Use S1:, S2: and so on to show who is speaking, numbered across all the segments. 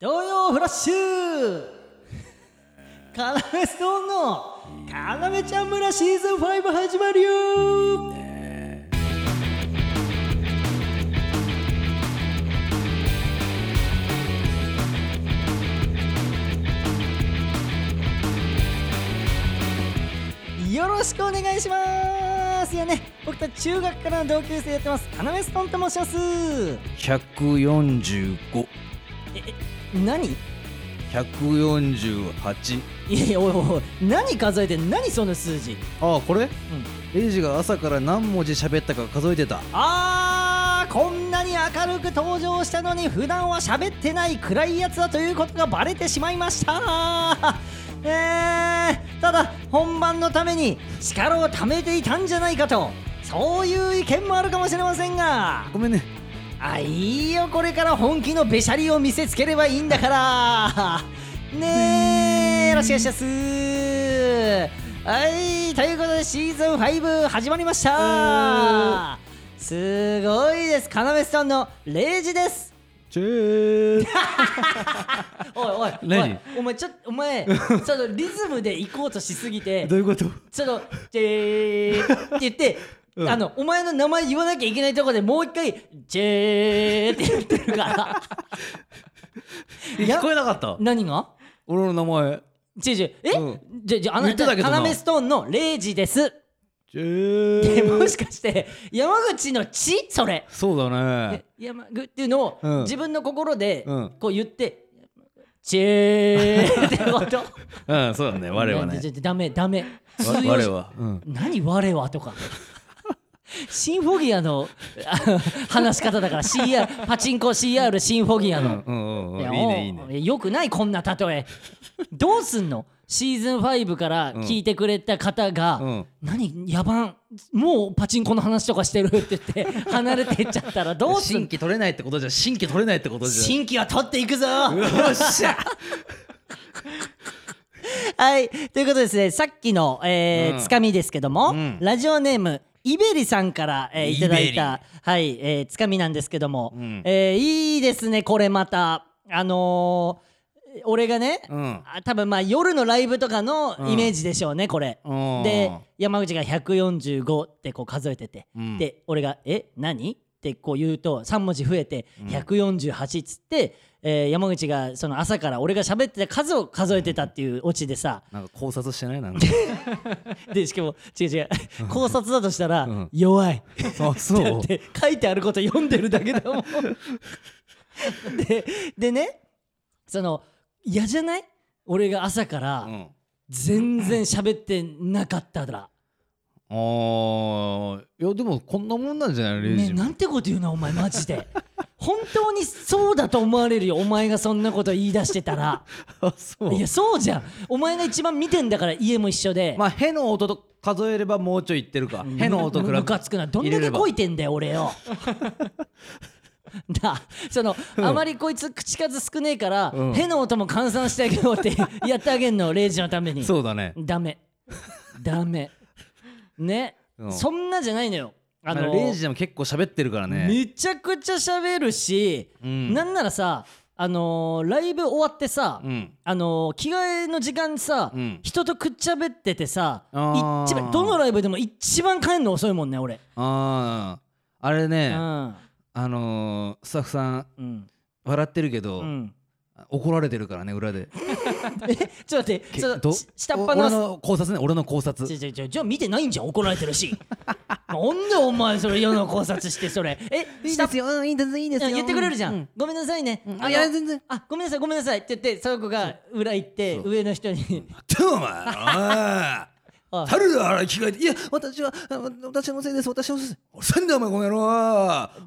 S1: 童謡フラッシュカラメストーンのカラメちゃん村シーズン5始まるよよろしくお願いしますいやね僕たち中学からの同級生やってますカラメストーンと申します
S2: 145148
S1: 何いやいやおいおい何数えてん何その数字
S2: ああこれ、エイジが朝から何文字喋ったか数えてた
S1: あーこんなに明るく登場したのに普段は喋ってない暗いやつだということがバレてしまいました えー、ただ本番のために力を貯めていたんじゃないかとそういう意見もあるかもしれませんが
S2: ごめんね
S1: あいいよこれから本気のべしゃりを見せつければいいんだからねえよろしくお願いしますはいということでシーズン5始まりましたすごいです要さんの0時です
S2: チェー
S1: おいおいおい
S2: 何
S1: お前ちょっとお 前ちょっとリズムで行こうとしすぎて
S2: どういうこと
S1: ちょっと「チェー」って言って、
S2: うん
S1: あのお前の名前言わなきゃいけないところでもう一回「チェー」って言ってるからいや
S2: 聞こえなかった
S1: 何が
S2: 俺の名前
S1: 違う違うえ、
S2: うん
S1: じゃじゃああな
S2: 言ってた
S1: た
S2: けど
S1: カ
S2: な
S1: ナメストーンの「レイジです」
S2: チェ
S1: えも
S2: ー
S1: しかして山口の「ち」それ
S2: そうだね
S1: え山口っていうのを、
S2: うん
S1: 自分の心で
S2: うん
S1: こう言って「チェー」ってこと
S2: うんそうだね我はね
S1: ちょちょちょダメダメ通
S2: わ
S1: 用し
S2: 我は、うん、
S1: 何我はとかシンフォギアのあ話し方だから CR パチンコ CR シンフォギア
S2: うん
S1: の、
S2: うんうん
S1: い
S2: いい
S1: や
S2: ねいい
S1: お
S2: ね
S1: うよくないこんな例え どうすんのシーズン5から聞いてくれた方が、
S2: うん
S1: 何野蛮もうパチンコの話とかしてるって言って 離れてっちゃったらどうす
S2: 新
S1: ん
S2: 規取れないってことじゃん新規取れないってことじ
S1: 新規は取っていくぞ
S2: ゃんよっしゃ
S1: はい、ということでですね、さっきの、えー
S2: うん
S1: つかみですけども、
S2: うん
S1: ラジオネームイベリさんから、えーいただい
S2: イ
S1: た、はい、えーつかみなんですけども、
S2: うん
S1: えーいいですね、これまた。あのー俺がね、
S2: うん
S1: あ多分まあ夜のライブとかのイメージでしょうね、これ。
S2: うん
S1: で山口が145ってこう数えてて、
S2: うん
S1: で俺が「え何?」ってこう言うと3文字増えて148っつって、えー山口がその朝から俺が喋ってた数を数えてたっていうオチで さ
S2: なんか考察してない なんか
S1: でしかも違う違う考察だとしたら
S2: うん
S1: 弱い
S2: あそう
S1: って書いてあること読んでるだけだ もん。ででねその嫌じゃない俺が朝から
S2: うん
S1: 全然喋ってなかったら。
S2: あーいやでもこんなもんなんじゃないレイ
S1: ね、
S2: ジも、
S1: なんてこと言うなお前マジで 本当にそうだと思われるよお前がそんなこと言い出してた ら
S2: あそう
S1: いやそうじゃんお前が一番見てんだから家も一緒で、
S2: まあへの音と数えればもうちょいいってるかへの音比
S1: む
S2: べ
S1: むかつくなどんだ
S2: 入れ
S1: け
S2: れば
S1: こいてんだよ俺よ だそのあまりこいつ口数少ねえから、
S2: うん
S1: への音も換算してあげようって やってあげんのレイジのために
S2: そうだね
S1: ダメダメね、
S2: うん
S1: そんなじゃないのよあ
S2: あ
S1: の
S2: のレイジでも結構喋ってるからね
S1: めちゃくちゃ喋るし、
S2: うん
S1: なんならさあのーライブ終わってさ、
S2: うん
S1: あのー着替えの時間さ、
S2: うん
S1: 人とくっちゃべっててさ
S2: あー
S1: 一番どのライブでも一番帰るの遅いもんね俺、
S2: あああれね
S1: うん
S2: あのースタッフさん
S1: うん
S2: 笑ってるけど、
S1: うん、
S2: 怒られてるからね裏で
S1: えちょっと待って
S2: け
S1: ちょっ
S2: ど
S1: とし下っ端
S2: お
S1: の
S2: 俺の考察ね俺の考察
S1: ちょちょちょじゃあ見てないんじゃん怒られてる しなんでお前それ世の考察してそれえ下っ
S2: ようんいいですいいで
S1: 言ってくれるじゃん、
S2: う
S1: ごめんなさいね、
S2: うん
S1: あの
S2: いや全然
S1: あごめんなさいごめんなさいって言ってその子が裏行って
S2: そう
S1: 上の人に
S2: ってお前あ
S1: おい
S2: 春だから着替えていや私はあ私のせいです私のせいです俺せんだよお前この野郎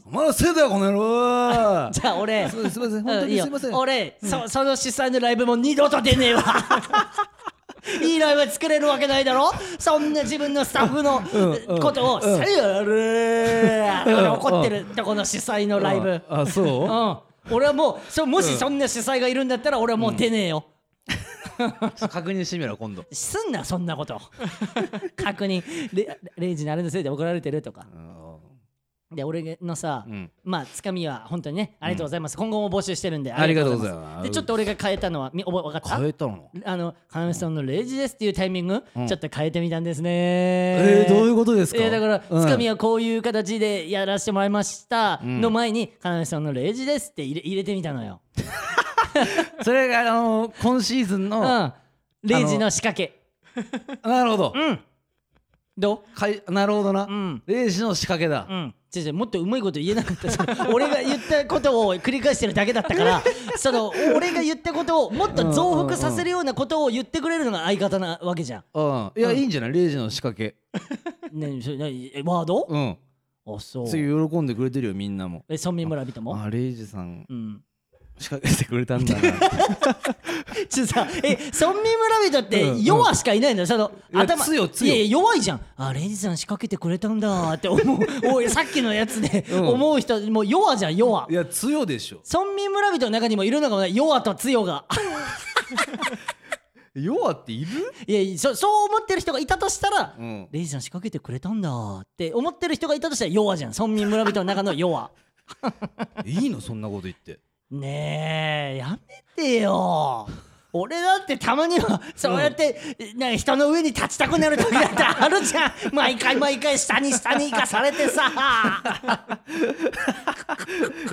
S2: お前のせいだよこの野郎
S1: じゃあ俺
S2: すいませんすいません本
S1: う
S2: 当
S1: ん
S2: にすいません
S1: よ俺、そその主催のライブも二度と出ね えわいいライブ作れるわけないだろそんな自分のスタッフの
S2: うん
S1: ことを「さやれー」俺怒ってるとこの主催のライブ
S2: ああ
S1: う
S2: そ
S1: ん俺はもうそもしそんな主催がいるんだったら俺はもう出ねえよ、
S2: う確認してみろ今度
S1: すんなそんな こと確認レレイジにあれのせいで怒られてるとかで俺のさ、
S2: うん
S1: まあつかみは本当にねありがとうございます、今後も募集してるんで
S2: ありがとうございます
S1: でちょっと俺が変えたのはみ覚え分かった
S2: 変えたの
S1: あの要さんの「0時です」っていうタイミング、
S2: うん
S1: ちょっと変えてみたんですね
S2: えーどういうことですか
S1: えーだから、
S2: うん
S1: つかみはこういう形でやらせてもらいましたの前に要さんの「0時です」って入れ入れてみたのよ、
S2: それがあのー今シーズン
S1: う
S2: の
S1: ん、0時の仕掛け
S2: なるほど、
S1: うんど
S2: かいなるほどな、
S1: ううん
S2: レイジの仕掛けだ、
S1: うん、違う違うもっとうまいこと言えなかったじゃん俺が言ったことを繰り返してるだけだったから その俺が言ったことをもっと増幅させるようなことを言ってくれるのが相方なわけじゃん。
S2: うん、いや、いいんじゃないレイジの仕掛け
S1: ね、それ何えワード、
S2: うん
S1: あそう
S2: 次喜んでくれてるよみんなも
S1: え村民村人も、
S2: あレイジさん
S1: うん、
S2: 仕掛けてくれたんだな
S1: ちょっとさえ村民村人っ
S2: うんう
S1: て
S2: ん
S1: 弱しかいないんだよその
S2: いや
S1: 頭
S2: 強い強い
S1: いやいや弱いじゃんあレイジさん仕掛けてくれたんだって思うおいさっきのやつで
S2: うん
S1: 思う人、もう弱じゃん弱
S2: いや強でしょ
S1: 村民村人の中にもいるのがない弱と強 が
S2: 弱っている
S1: いやいやそそう思ってる人がいたとしたら、
S2: うん
S1: レイジさん仕掛けてくれたんだって思ってる人がいたとしたら弱じゃん村民村人の中の弱
S2: いいのそんなこと言って
S1: ねえやめてよ俺だってたまにはそうやって、ね、人の上に立ちたくなる時だってあるじ ゃん毎回毎回下に下に行かされてさ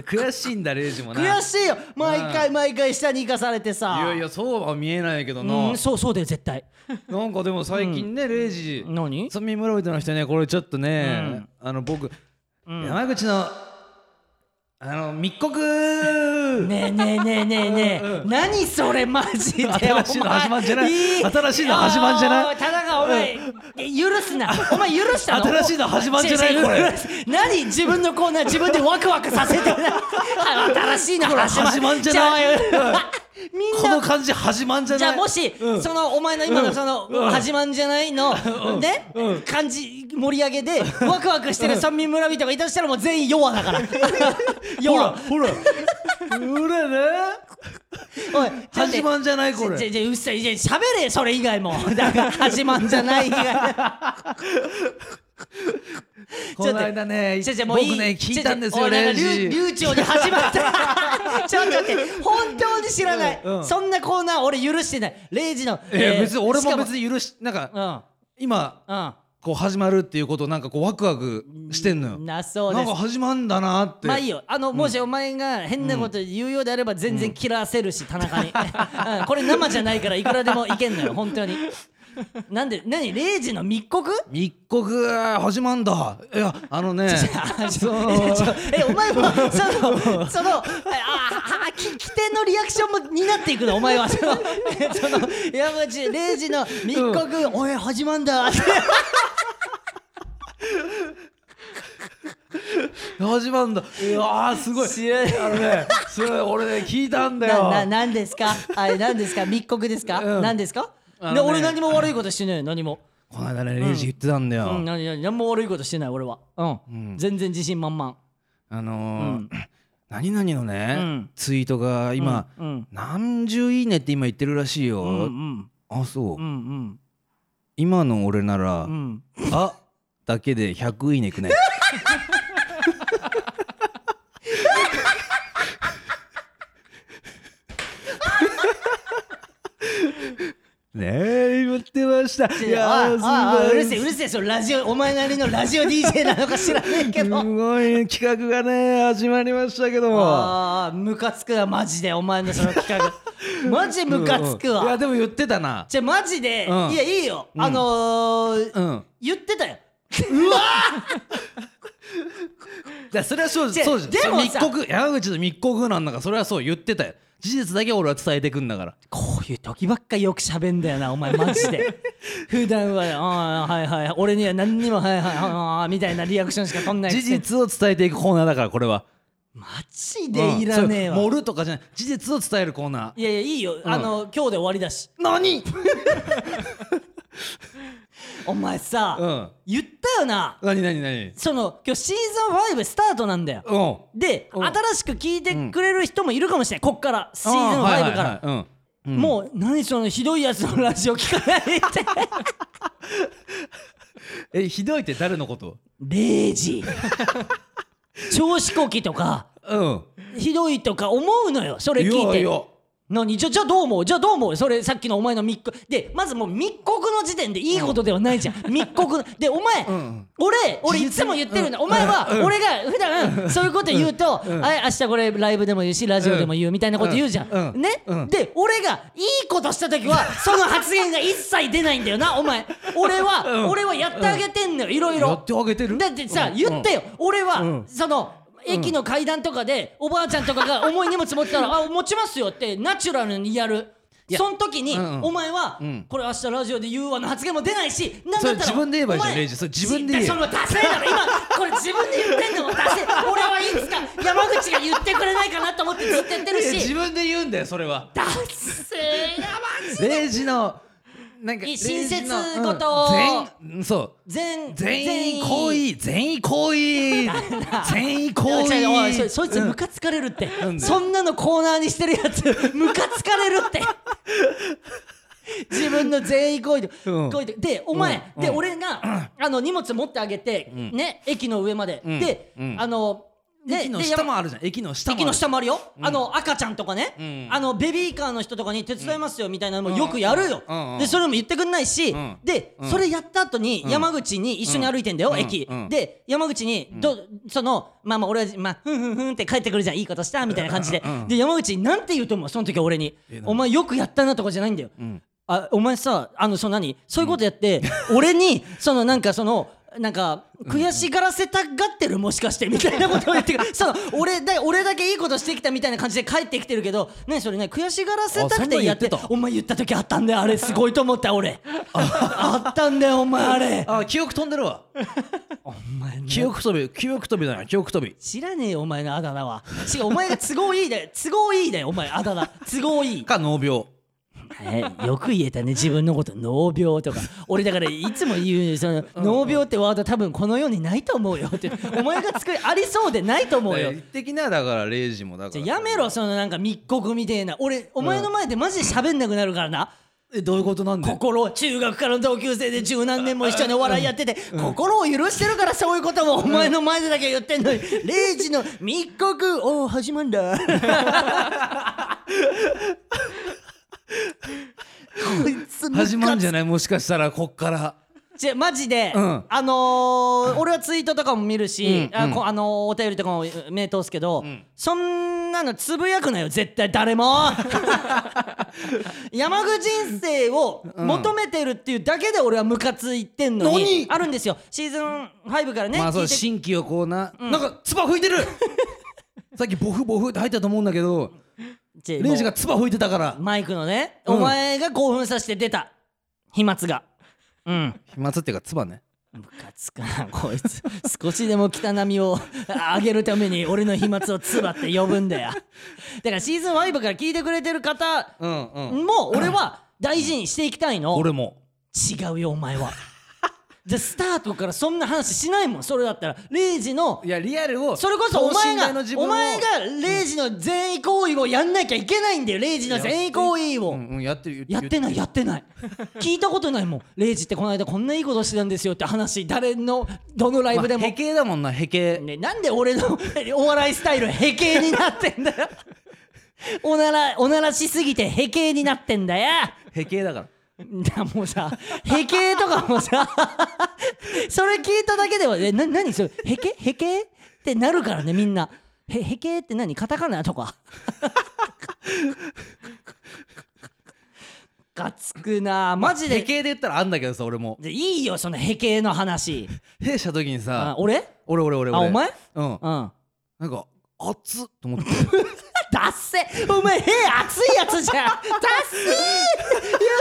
S2: 悔しいんだレイジもな
S1: 悔しいよ毎回毎回下に行かされてさ
S2: いやいやそうは見えないけどな、
S1: うん、そうそうだよ絶対
S2: なんかでも最近ね、レイジ
S1: 何
S2: 村民村人の人ねこれちょっとね、あの僕、山口のあの密告、
S1: ねえねえねえねえねえ、何それマジで
S2: 新しいの始まんじゃない
S1: お前
S2: 新しいの始まんじゃない
S1: おい田中お前、許すなお前許したの
S2: 新しいの始まんじゃない
S1: 違う違う
S2: これ
S1: 許す何自分のコーナー自分でワクワクさせてる新しいの始ま
S2: 始まんじゃない
S1: ちょおいみん
S2: こ
S1: な
S2: の感じ始まんじゃ
S1: じ
S2: ない
S1: ゃあもし、
S2: うん
S1: そのお前の今のその、
S2: うん
S1: 始まんじゃないの、ね、感じ盛り上げでワクワクしてる三民村人がいたとしたらもう全員弱だ から
S2: ほら
S1: 弱
S2: ほ らほらね
S1: おいちょっと
S2: 始まんじゃないこれ
S1: じゃじゃうっさいじゃ喋れそれ以 外もだから始まんじゃない以外
S2: この間ね
S1: じゃじゃもう
S2: 僕
S1: いい
S2: ね聞いたんです
S1: ちょちょお
S2: よ
S1: いな
S2: レ
S1: ん
S2: イ
S1: か流
S2: ジ
S1: 流暢に始まった ちょっと待って本当に知らない、
S2: うんうん
S1: そんなコーナー俺許してないレイジの
S2: いや別に俺も別
S1: に
S2: に許しなん
S1: う
S2: か
S1: ん
S2: 今
S1: うん
S2: こう始まるっていうことをなんかこうワクワクしてんのよ
S1: なそう
S2: な
S1: で
S2: ん
S1: す
S2: か始まんだなって
S1: まあいいよあの、もしお前が変なこと言うようであれば全然切らせるし、田中 に、うんこれ生じゃないからいくらでもいけんのよ本当になんで何レイジの密告
S2: 密告始まんだいやあのね
S1: あち
S2: そ
S1: ょ
S2: の
S1: ちょ えお前もそのそのあああき起点のリアクションも担っていくのお前はその えその山口レイジの密告、おい始まん だって
S2: 始まんだうわーすごい
S1: 知らない
S2: あのねすごい俺ね聞いたんだ
S1: なな
S2: よ
S1: なんですかあれなんですか密告ですか、
S2: うん
S1: なんですか、
S2: あの
S1: で
S2: ね
S1: 俺何も悪いことしてないよ何も。
S2: この間ねレイジ言ってたんだ
S1: うん、
S2: よ
S1: 何何何も悪いことしてない俺は、うん
S2: うん
S1: 全然自信満々
S2: あ
S1: う
S2: の
S1: ん
S2: ー何々の
S1: う
S2: ね
S1: ん
S2: ツイートが今
S1: うんうん
S2: 何十いいねって今言ってるらしい
S1: うんう
S2: よ
S1: ん
S2: あそ
S1: う
S2: う
S1: んうん
S2: 今の俺なら、
S1: うん
S2: あだけで100いいねい くねねえ言ってましたいや
S1: あ
S2: ー
S1: ああうる
S2: す
S1: せえうるせえそのラジオお前なりのラジオ DJ なのか知らねえけど
S2: ごいすごい企画がね始まりましたけども
S1: ああムカつくわマジでお前のその企画 マジムカつく
S2: うんうんいや
S1: わ
S2: でも言ってたな
S1: じゃあマジで、
S2: うん
S1: いやいいよ、あのー
S2: うん
S1: 言ってたよ
S2: だそれはそう
S1: じゃあ
S2: そうじゃん
S1: で
S2: それ
S1: もさ
S2: 密告山口の密告なんだからそれはそう言ってたよ事実だけ俺は伝えてくんだから
S1: こういう時ばっかよく喋んだよなお前マジ で普段はああはいはい俺には何にもはいはいはいはいみたいなリアクションしか取んないく
S2: 事
S1: せに
S2: 実を伝えていくコーナーだからこれは
S1: マジでいらねえわ、
S2: うんそう盛るとかじゃない事実を伝えるコーナー
S1: いやいやいいよ、あの今日で終わりだし
S2: 何
S1: お前さ、
S2: うん
S1: 言ったよな
S2: 何何何
S1: その今日シーズン5スタートなんだよ、
S2: うんあ
S1: で、
S2: うん
S1: 新しく聞いてくれる人もいるかもしれないこっからシーズン5から、
S2: はいはいはいうんうん
S1: もう何そのひどいやつのラジオ聞かない って
S2: えひどいって誰のこと
S1: 0時調子こきとか
S2: うん
S1: ひどいとか思うのよそれ聞いて
S2: いやいや
S1: 何じゃじゃあどう思うじゃあどう思うそれさっきのお前の密告でまずもう密告の時点でいいことではないじゃん、密告のでお前、
S2: ん
S1: 俺俺いつも言ってるんだ、お前は、俺が普段そういうこと言うと、あ明日これライブでも言うしラジオでも言うみたいなこと言うじゃん、
S2: うんうん
S1: ね、
S2: うん
S1: で俺がいいことした時 はその発言が一切出ないんだよなお前俺は、俺はやってあげてんのよいろいろ
S2: やってあげてる
S1: だってさ、
S2: うん
S1: 言ってよ、俺は、
S2: うん
S1: その駅の階段とかで、おばあちゃんとか が重い荷物持ってたら「あ持ちますよ」ってナチュラルにやる
S2: や
S1: その時に、
S2: うんうん
S1: お前は、
S2: うん
S1: これ明日ラジオで言うわ」の発言も出ないしなんだったら
S2: それ自分で言えばいいじゃん
S1: お前
S2: レイジそれ自分で言え
S1: それもダセえだろ今これ自分で言ってんのもダセえ俺はいつか山口が言ってくれないかなと思ってずっと言ってる
S2: いや 自
S1: し
S2: 分で言うんだよそ れは
S1: ダッセえな
S2: レイジのなんか
S1: いい
S2: レイジの
S1: 親切事を
S2: うん全員そう
S1: 全
S2: 全員好意全員 好意全員好
S1: おいおいそ
S2: 意
S1: そいつムカつかれるって、
S2: んで
S1: そんなのコーナーにしてるやつムカつかれる って自分の全員行為で、
S2: うん
S1: 行為ででお前、
S2: うん
S1: で
S2: うん
S1: 俺が、あの荷物持ってあげて、ね駅の上まで、
S2: ん
S1: で、
S2: うん
S1: あのね
S2: 駅の
S1: で
S2: 下もあるじゃん駅の下もあ
S1: 駅
S2: る
S1: の下もあるよ、あの赤ちゃんとかね、
S2: うん
S1: あのベビーカーの人とかに手伝いますよみたいなのもよくやるよ、
S2: うんうん
S1: でそれも言ってくんないし、
S2: うん
S1: で、それやった後に山口に一緒に歩いてんだよ、
S2: うん
S1: 駅、
S2: うん
S1: で山口にど、そのまあまあ俺はまあふんふんふんって帰ってくるじゃんいいことしたみたいな感じで、
S2: うんうん
S1: で山口になんて言うと思うその時俺に
S2: えな
S1: 「
S2: んで
S1: お前よくやったな」とかじゃないんだよ、
S2: うん
S1: あお前さあのその何そういうことやって、 俺にそのなんかそのなんか悔しがらせたがってるもしかしてみたいなことを言って くるその俺だ俺だけいいことしてきたみたいな感じで帰ってきてるけど何それね悔しがらせた
S2: あそ
S1: く
S2: んな
S1: て
S2: ん言
S1: や
S2: っ
S1: って
S2: てた
S1: お前言った時あったんだよあれすごいと思った 俺ああったんだよお前あれ
S2: あ記憶飛んでる わ
S1: お前
S2: 記憶飛び記憶飛びだな記憶飛び
S1: 知らねえよお前のあだ名は違うお前が都合いいだよ都合いいだよお前あだ名都合いい
S2: か脳病
S1: えよく言えたね自分のこと脳病とか俺だからいつも言うその脳病ってワード多分この世にないと思うよってお前が作りありそうでないと思うよ
S2: 一的なだからレイジもだか
S1: じゃ
S2: ら
S1: あやめろそのなんか密告みてえな俺お前の前でマジで喋んなくなるからな、
S2: えどういうことなんだよ
S1: 心を中学からの同級生で十何年も一緒にお笑いやってて、心を許してるからそういうこともお前の前でだけ言ってんの に、レイジの密告を始まんだこいつムカつ
S2: 始まんじゃないもしかしたらこっから
S1: じゃマジで、
S2: うん
S1: あのー俺はツイートとかも見るし、あこあのーお便りとかも目通すけど、そんなのつぶやくなよ絶対誰 も山口人生を求めてるっていうだけで俺はムカついてんのに
S2: 何
S1: あるんですよシーズン5からね、
S2: まあそう
S1: 聞いて
S2: 新規をこうななんか唾吹いてる さっきボフボフって入ったと思うんだけど
S1: じゃあもう
S2: レイジが唾吹いてたから
S1: マイクのね、
S2: うん
S1: お前が興奮させて出た飛沫がうん
S2: 飛沫っていうか唾ね
S1: ムカつくなこいつ 少しでも北波を上げるために俺の飛沫をつばって呼ぶんだよだからシーズン5から聞いてくれてる方
S2: うんうん
S1: も俺は大事にしていきたいの
S2: 俺も
S1: 違うよお前はじゃスタートからそんな話しないもんそれだったらレイジの
S2: いやリアルを
S1: それこそお前
S2: 等身大の
S1: が
S2: 自分を
S1: お前がレイジの善意行為をやんなきゃいけないんだよレイジの善意行為を、
S2: うんうんやってる
S1: やってないやって ない聞いたことないもんレイジってこの間こんないいことしてたんですよって話誰のどのライ
S2: まあ
S1: ブでも、
S2: へけだもんなへけ
S1: ね、なんで俺の お笑いスタイルへけになってんだよおならおならしすぎてへけになってんだよ
S2: へけだから
S1: だもうさへけとかもさ それ聞いただけではえな何それへけへけってなるからねみんなへへけって何カタカナとか がつくなマジ
S2: へ
S1: で
S2: けで言ったらあんだけどさ俺も
S1: でいいよそのへけの話
S2: へした時に
S1: あ
S2: さ
S1: 俺
S2: 俺俺俺
S1: あ
S2: 俺
S1: お前
S2: う
S1: う
S2: ん
S1: ん
S2: なんか熱っと思って
S1: だっせお前へ熱いやつじゃんだっせよ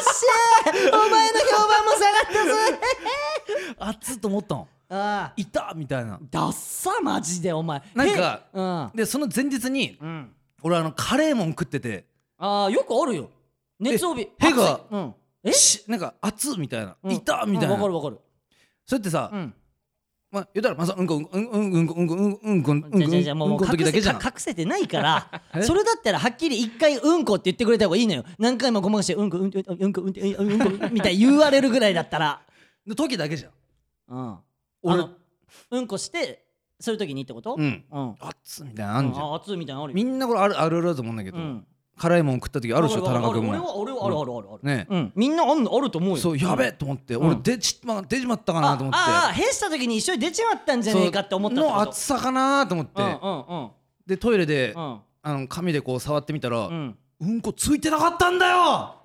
S1: っしゃお前の評判も下がったぞ
S2: 熱っと思ったの
S1: ああ
S2: いたみたいな
S1: ダッサマジでお前
S2: なんか
S1: へうん
S2: でその前日に
S1: うん
S2: 俺あのカレーもん食ってて
S1: ああよくあるよ熱帯日
S2: へが
S1: 熱いうんえ
S2: しなんか熱っみたいな
S1: うん
S2: いたみたいな
S1: うんわかるわかる
S2: それってさ
S1: うん
S2: まあ言ったらまずうんこうんこうんこうんこうんこうんこうんこうんこうんこう
S1: じゃ
S2: んこ
S1: じゃじゃもうもう
S2: の時
S1: 隠
S2: だけ
S1: せ
S2: じゃん
S1: か隠せてないから
S2: え
S1: それだったらはっきり一回うんこって言ってくれた方がいいのよ何回もごまかしてうんこうんこうんこうんこうんこみたいに言われるぐらいだったら
S2: の時だけじゃん
S1: うん
S2: 俺
S1: あのうんこしてする時にってこと
S2: うん
S1: うん
S2: あっつみたいなのあんじゃん
S1: あ熱いみたいなのあるよ
S2: みんなこれあるあるあるだと思うんだけど、
S1: うん
S2: 辛いもん食った時あるでしょ田
S1: わか
S2: 中
S1: わか
S2: 君
S1: 俺
S2: も
S1: は俺はあるあるあるある
S2: ね
S1: うんみんなあんのあると思うよ
S2: そうやべえと思って、俺
S1: うん
S2: 出ち,、まあ、出ちまったか
S1: あ
S2: なと思って
S1: ああへした時に一緒に出ちまったんじゃねえかって思ったって
S2: そ
S1: こ
S2: う
S1: と
S2: の厚さかなと思って、
S1: うんうん
S2: でトイレで、
S1: うん
S2: あの紙でこう触ってみたら、う、
S1: うんん
S2: こついてなかったんだよ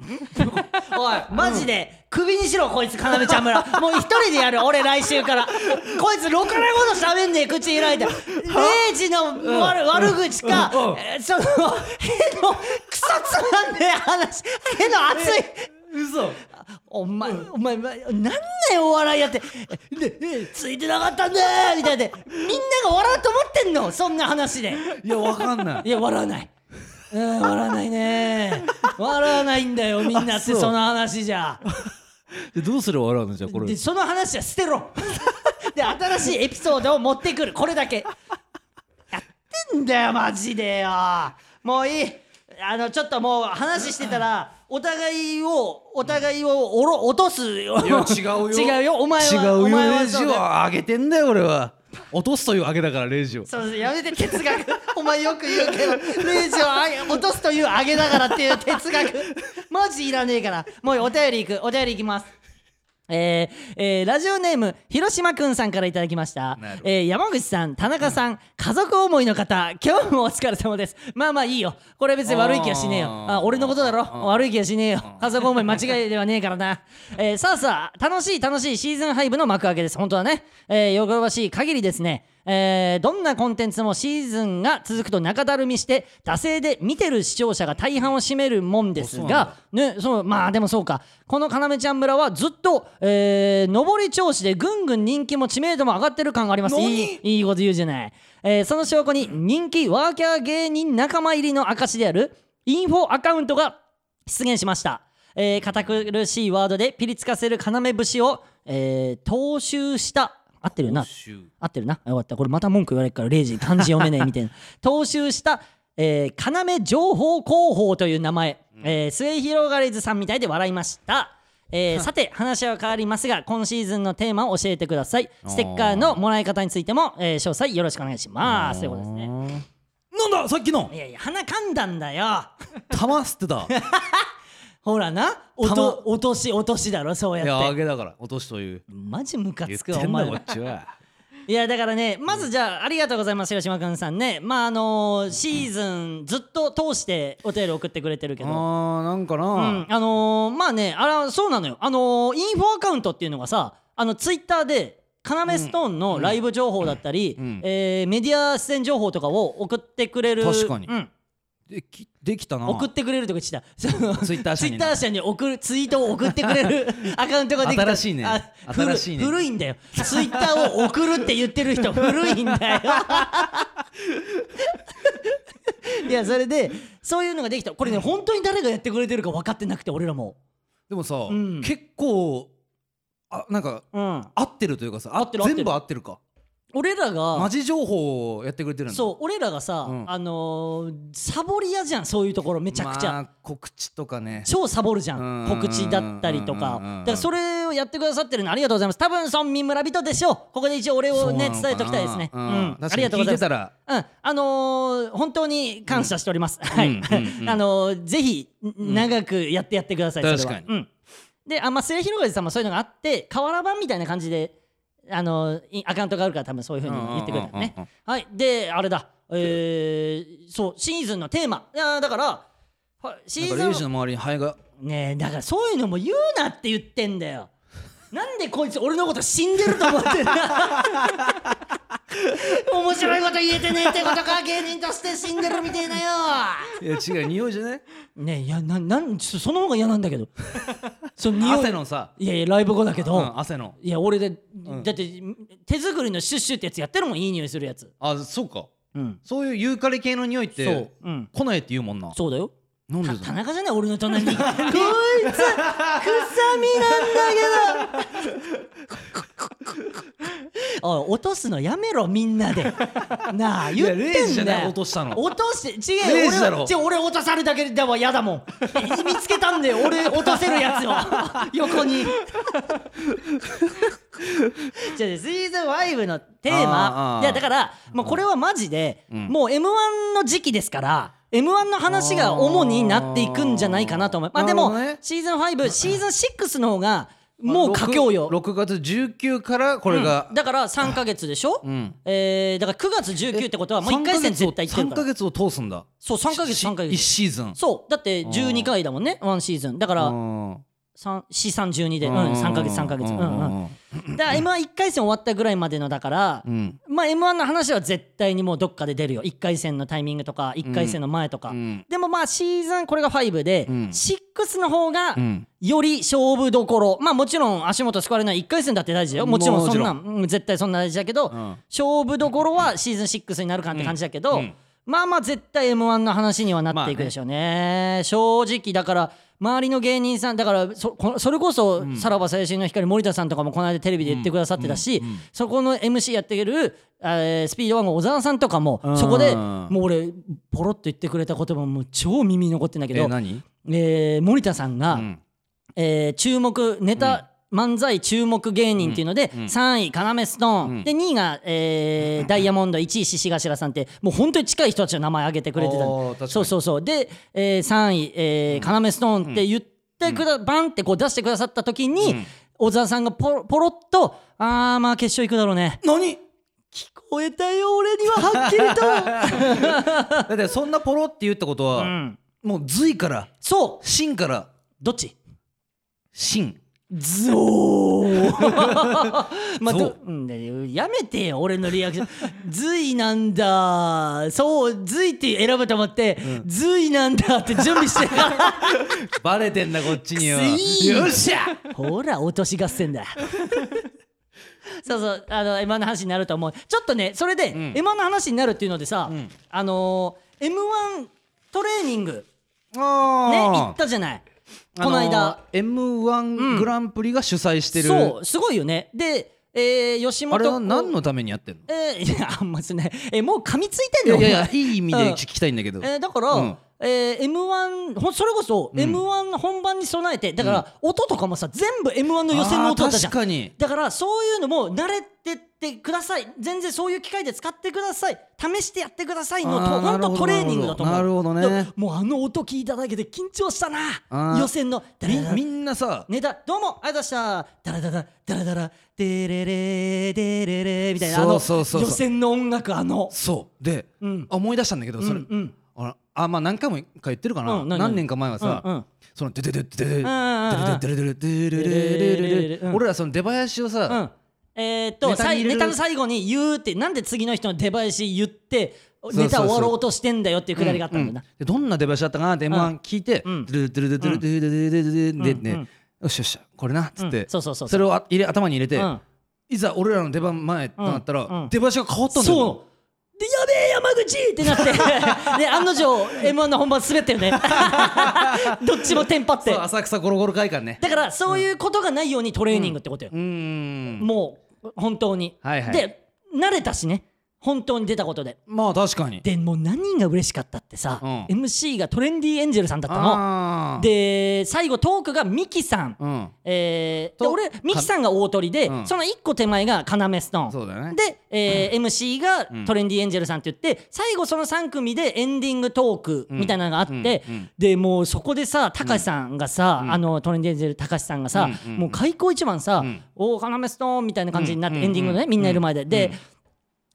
S1: おいマジでクビにしろこいつ要ちゃん村 もう一人でやる俺来週からこいつろくなこと喋んねえ口開いて0時の悪悪口か
S2: うんうん
S1: えーそのへのクソつまんねえ話への熱い
S2: 嘘
S1: お前、お前、まなんだよ、お笑いやって。で、えついてなかったんだーみたいで、みんなが笑うと思ってんの、そんな話で。
S2: いやわか んない
S1: いや、笑わない。うん、笑わないね笑わないんだよ、みんなって、
S2: あそう
S1: その話じゃ。
S2: でどうすれば笑うのじゃあこれ
S1: で、その話は捨てろ。で、新しいエピソードを持ってくる、これだけ。やってんだよ、マジでよ。もういい。あの、ちょっともう話してたら、お互いを、お互いをおろ落とすよ。
S2: いや違うよ
S1: 違うよお前は
S2: 違う
S1: お
S2: よ
S1: 前は
S2: レジ
S1: そう
S2: を
S1: だよ
S2: 上げてんだよ俺は落とすという上げだからレジを
S1: そうそうやめて哲学 お前よく言うけどレイジをあげ落とすというあげだからっていう哲学 マジいらねえからもうお便りいくお便りいきますえーえーラジオネーム広島くんさんからいただきました
S2: なるほ、ど
S1: えー山口さん田中さん、家族思いの方今日もお疲れ様ですまあまあいいよこれ別に悪い気はしねえよ
S2: あー
S1: あ俺のことだろ悪い気はしねえよ家族思い間違いではねえから な、えーさあさあ楽しい楽しいシーズン5の幕開けです本当はね、えー、喜ばしい限りですねえーどんなコンテンツもシーズンが続くと中だるみして惰性で見てる視聴者が大半を占めるもんです
S2: あそうなん
S1: が
S2: だ
S1: ね、そうまあでもそうかこの要ちゃん村はずっと、えー上り調子でぐんぐん人気も知名度も上がってる感があります
S2: 何
S1: いいいいこと言うじゃない、えーその証拠に人気ワーキャー芸人仲間入りの証であるインフォアカウントが出現しました、えー堅苦しいワードでピリつかせる要節を、えー踏襲した合ってるよな合ってるなよかったこれまた文句言われるから0時漢字読めねえみたいな踏襲した、えー、要情報広報という名前、えー末広がりずさんみたいで笑いました、えーさて話は変わりますが今シーズンのテーマを教えてくださいステッカーのもらい方についても、えー詳細よろしくお願いしますということですね
S2: なんださっきの
S1: いやいや鼻かんだんだよ
S2: 玉吸ってた
S1: ほらな落と落とし落としだろそう
S2: いや
S1: やっ
S2: 上
S1: て
S2: げだから落とすという
S1: マジムカ
S2: 言っ
S1: つく
S2: て
S1: わお
S2: んだ
S1: 前
S2: こっちは
S1: いやだからねまずじゃあありがとうございます広島くんさんねまああのーシーズンずっと通してお便り送ってくれてるけ
S2: あ
S1: どうん
S2: ーなんかな、
S1: あのーまあねあらそうなのよあのーインフォアカウントっていうのがさあのツイッターで要ストーンのライブ情報だったり、
S2: うんうん
S1: えーメディア出演情報とかを送ってくれる
S2: 確かに
S1: うん、
S2: できできたな
S1: 送ってくれるとか言 ってたその
S2: ツイッター
S1: ツ
S2: 社
S1: イ
S2: に
S1: ッター社に送るツイートを送ってくれ るアカウントができた
S2: 新しいね
S1: あ古
S2: 新しいね
S1: 古いんだよツイッターを送るって言ってる 人古いんだよいやそれでそういうのができたこれね本当に誰がやってくれてるか分かってなくて俺らも
S2: でもさ、
S1: ん
S2: 結構あなんか
S1: うん
S2: 合ってるというかさあ
S1: 合ってる合ってる
S2: 全部合ってるか
S1: 俺ら
S2: マ
S1: が
S2: ジ情報をやってくれてるんだ
S1: そう俺らがさ、
S2: うん
S1: あのーサボり屋じゃんそういうところめちゃくちゃ、
S2: まあ、告知とかね
S1: 超サボるじゃん
S2: うん
S1: 告知だったりとか
S2: うんうんうん
S1: だからそれをやってくださってるのありがとうございます多分村民村人でしょうここで一応お礼をね
S2: そうなのかな
S1: 伝えときたいですねう
S2: うん
S1: んあ
S2: 確
S1: りが
S2: かに
S1: とうござ
S2: 聞
S1: い
S2: い
S1: ま
S2: て
S1: す
S2: たら
S1: うん、あのー本当に感謝しております。はい、
S2: うんうんう ん
S1: あのーぜひ、長くやってやってください。それは
S2: 確かに
S1: うん、で、あ、まあ、末広がりさんもそういうのがあって、瓦版みたいな感じで。あのーいアカウントがあるから、多分そういうふうに言ってくれたのね
S2: うんうんうんうん。
S1: はい、で、あれだ、えー、そう、シーズンのテーマ、いやー、だから。はシ
S2: なん
S1: ー
S2: か
S1: ズ
S2: レ
S1: ン
S2: イジの周りにハ エが
S1: ねえだからそういうのも言うなって言ってんだよなんでこいつ俺のこと死んでると思ってんだ 面白いこと言えてねえってことか芸人として死んでるみてえだよ
S2: いや違う匂いじゃない
S1: ねえいやななんちょその方が嫌なんだけ どその匂
S2: 汗
S1: い
S2: のさ、
S1: いやいやライブ後だけ
S2: う
S1: ど、
S2: ん、汗の
S1: いや俺で、だって手作りのシュッシュってやつやってるもんいい匂いするやつ
S2: あそうか
S1: うん
S2: そういうユーカリ系の匂いっ
S1: そう
S2: て、
S1: うん、
S2: 来ないって言うもんな
S1: そうだよ
S2: なんでだ
S1: た田中じゃない俺の隣 にこいつ臭みなんだけどおい落とすのやめろみんなでなあ言ってんだよ
S2: いやレイジじゃない落としたの
S1: 落として違
S2: レ
S1: う
S2: イジだろ
S1: 俺違う俺落とされたけだわ嫌だもん見つけたんだよ俺落とせるやつ を横にじゃあねシーズン5のテー
S2: あーあ
S1: マ
S2: ー
S1: いやだからもうこれはマジで、
S2: うん
S1: もう m 1の時期ですから m 1の話が主になっていくんじゃないかなと思うまあでも、
S2: なるほどね
S1: シーズン5シーズン6の方がもう佳境よ、
S2: 6月19からこれが、
S1: だから3か月でしょ、
S2: ん
S1: えーだから9月19ってことはもう1回戦絶対いってる
S2: 3
S1: から
S2: ヶ月を通すんだ
S1: そう3か月3か
S2: 1
S1: 月
S2: シーズン
S1: そうだって12回だもんねワンシーズンだから
S2: うん
S1: 4312で、うん、3か月3か月、うんうん、だから m 1 1回戦終わったぐらいまでのだから、
S2: うん
S1: まあ m 1の話は絶対にもうどっかで出るよ1回戦のタイミングとか1回戦の前とか、
S2: うん
S1: でもまあシーズンこれが5で、
S2: うん
S1: 6の方が
S2: うん
S1: より勝負どころまあもちろん足元すくわれない1回戦だって大事だよもちろんそんなんうん絶対そんな大事だけど、
S2: ん
S1: 勝負どころはシーズン6になるかって感じだけど、
S2: うんうん
S1: まあまあ絶対 m 1の話にはなっていくでしょうね,、正直だから周りの芸人さんだからそこそれこそさらば青春の光森田さんとかもこの間テレビで言ってくださってたし、そこの MC やってる、えースピードワゴン小沢さんとかも
S2: うん
S1: そこでもう俺ポロッと言ってくれた言葉もう超耳に残ってんだけ
S2: え
S1: ど、
S2: 何
S1: えー森田さんが、
S2: うん
S1: えー注目ネタ、漫才注目芸人っていうので、3位要ストーン、
S2: うん
S1: で2位が、えーダイヤモンド1位獅子頭さんってもう本当に近い人たちの名前挙げてくれてた
S2: あー確かに
S1: そうそうそうで、え3位、えー要ストーンって言ってくだ、バンってこう出してくださった時に、
S2: うん
S1: 小沢さんがポロポロッと「あーまあ決勝行くだろうね」
S2: 何
S1: 聞こえたよ俺にははっきり
S2: だってそんなポロって言ったこと
S1: と、
S2: は、
S1: うん、
S2: もう隋から
S1: そう
S2: 秦から
S1: どっち
S2: 秦
S1: ゾーまあ、
S2: ゾ
S1: どうんだよやめてよ俺のリアクション 「ズイなんだ」そう「ズイ」って選ぶと思って「ズイなんだ」って準備してた
S2: バレてんだこっちには
S1: くせー
S2: よっしゃ
S1: ほら落とし合戦 だそうそうあの m 1の話になると思うちょっとねそれで、
S2: ん
S1: m 1の話になるっていうのでさ、
S2: ん
S1: あの m 1トレーニング
S2: あ
S1: ね
S2: ー
S1: 行ったじゃないこの間、
S2: あの M1 グランプリが主催してる、
S1: そうすごいよねで、えー吉本
S2: あれは何のためにやってんの
S1: えー、いやあんまですね、えーもう噛みついて
S2: い
S1: んの
S2: やいやいやいい意味で聞きたいんだけど、
S1: えーだから、
S2: うん
S1: えー、M1 ほんそれこそ M1 の本番に備えて、だから音とかもさ全部 M1 の予選の音だったじゃ
S2: あー確
S1: ん
S2: かに
S1: だからそういうのも慣れてってください全然そういう機会で使ってください試してやってくださいのと
S2: あー
S1: 本当トレーニングだと思う
S2: なるほどなるほどね
S1: だもうあの音聞いただけで緊張したな
S2: あー
S1: 予選の
S2: みみんなさ
S1: ネタどうもありがとうございましたダラダラダラダラデレレデレレみたいな
S2: そうそう
S1: あ
S2: そうそ
S1: の
S2: う
S1: 予選の音楽あの
S2: そうで、
S1: うん
S2: あ思い出したんだけどそれ、
S1: うん
S2: あらあまあ何回もか言ってるかな、
S1: うん何
S2: 何年か前はさ、
S1: うんうん
S2: そのデデデデデデ
S1: ん
S2: デデデデデデデデデデ
S1: うん
S2: 俺らその出囃子を
S1: う
S2: さ、
S1: んえーっと
S2: ネ
S1: さ
S2: タに入
S1: い
S2: れる
S1: ネタの最後に言うってなんで次の人の出囃子言って
S2: うそう
S1: ネタ終わろうとしてんだよっていうくだりがあったんだよな
S2: でどんな出囃子だったかなって M1 聞いて
S1: うん
S2: デデデデデデデデデデデでねよしよしこれなっつっ
S1: うん
S2: て
S1: そうそうそう
S2: それをあ入れ頭に入れて
S1: うん
S2: いざ俺らの出番前となった
S1: うんう
S2: ら
S1: ん
S2: 出囃子が変わったんだよ
S1: そうでやべえ山口ってなって で案の定 m 1の本番滑ったよねどっちもテンパって
S2: そう浅草ゴロゴロ会館ね
S1: だからそういうことがないようにトレーニングってことよ
S2: うーん
S1: もう本当に、
S2: はいはい
S1: で慣れたしね本当に出たことで
S2: まあ確かに
S1: でもう何が嬉しかったってさ、
S2: う
S1: MC がトレンディエンジェルさんだったの
S2: あー
S1: で最後トークがミキさん、
S2: うん
S1: えーで
S2: と
S1: 俺ミキさんが大鳥で、
S2: うん
S1: その1個手前が要ストーン
S2: そうだよね
S1: で、えー MC が
S2: ん
S1: トレンディエンジェルさんって言って最後その3組でエンディングトークみたいなのがあって、
S2: うんうんうん
S1: でもうそこでさ高橋さんがさ、
S2: うん
S1: あのトレンディエンジェル高橋さんがさ、
S2: うんうんうん
S1: もう開口一番さ「
S2: うん
S1: おお要ストーン」みたいな感じになって、
S2: うんうん
S1: エ
S2: うん
S1: ンディングのねみんないる前で。
S2: う
S1: で
S2: ん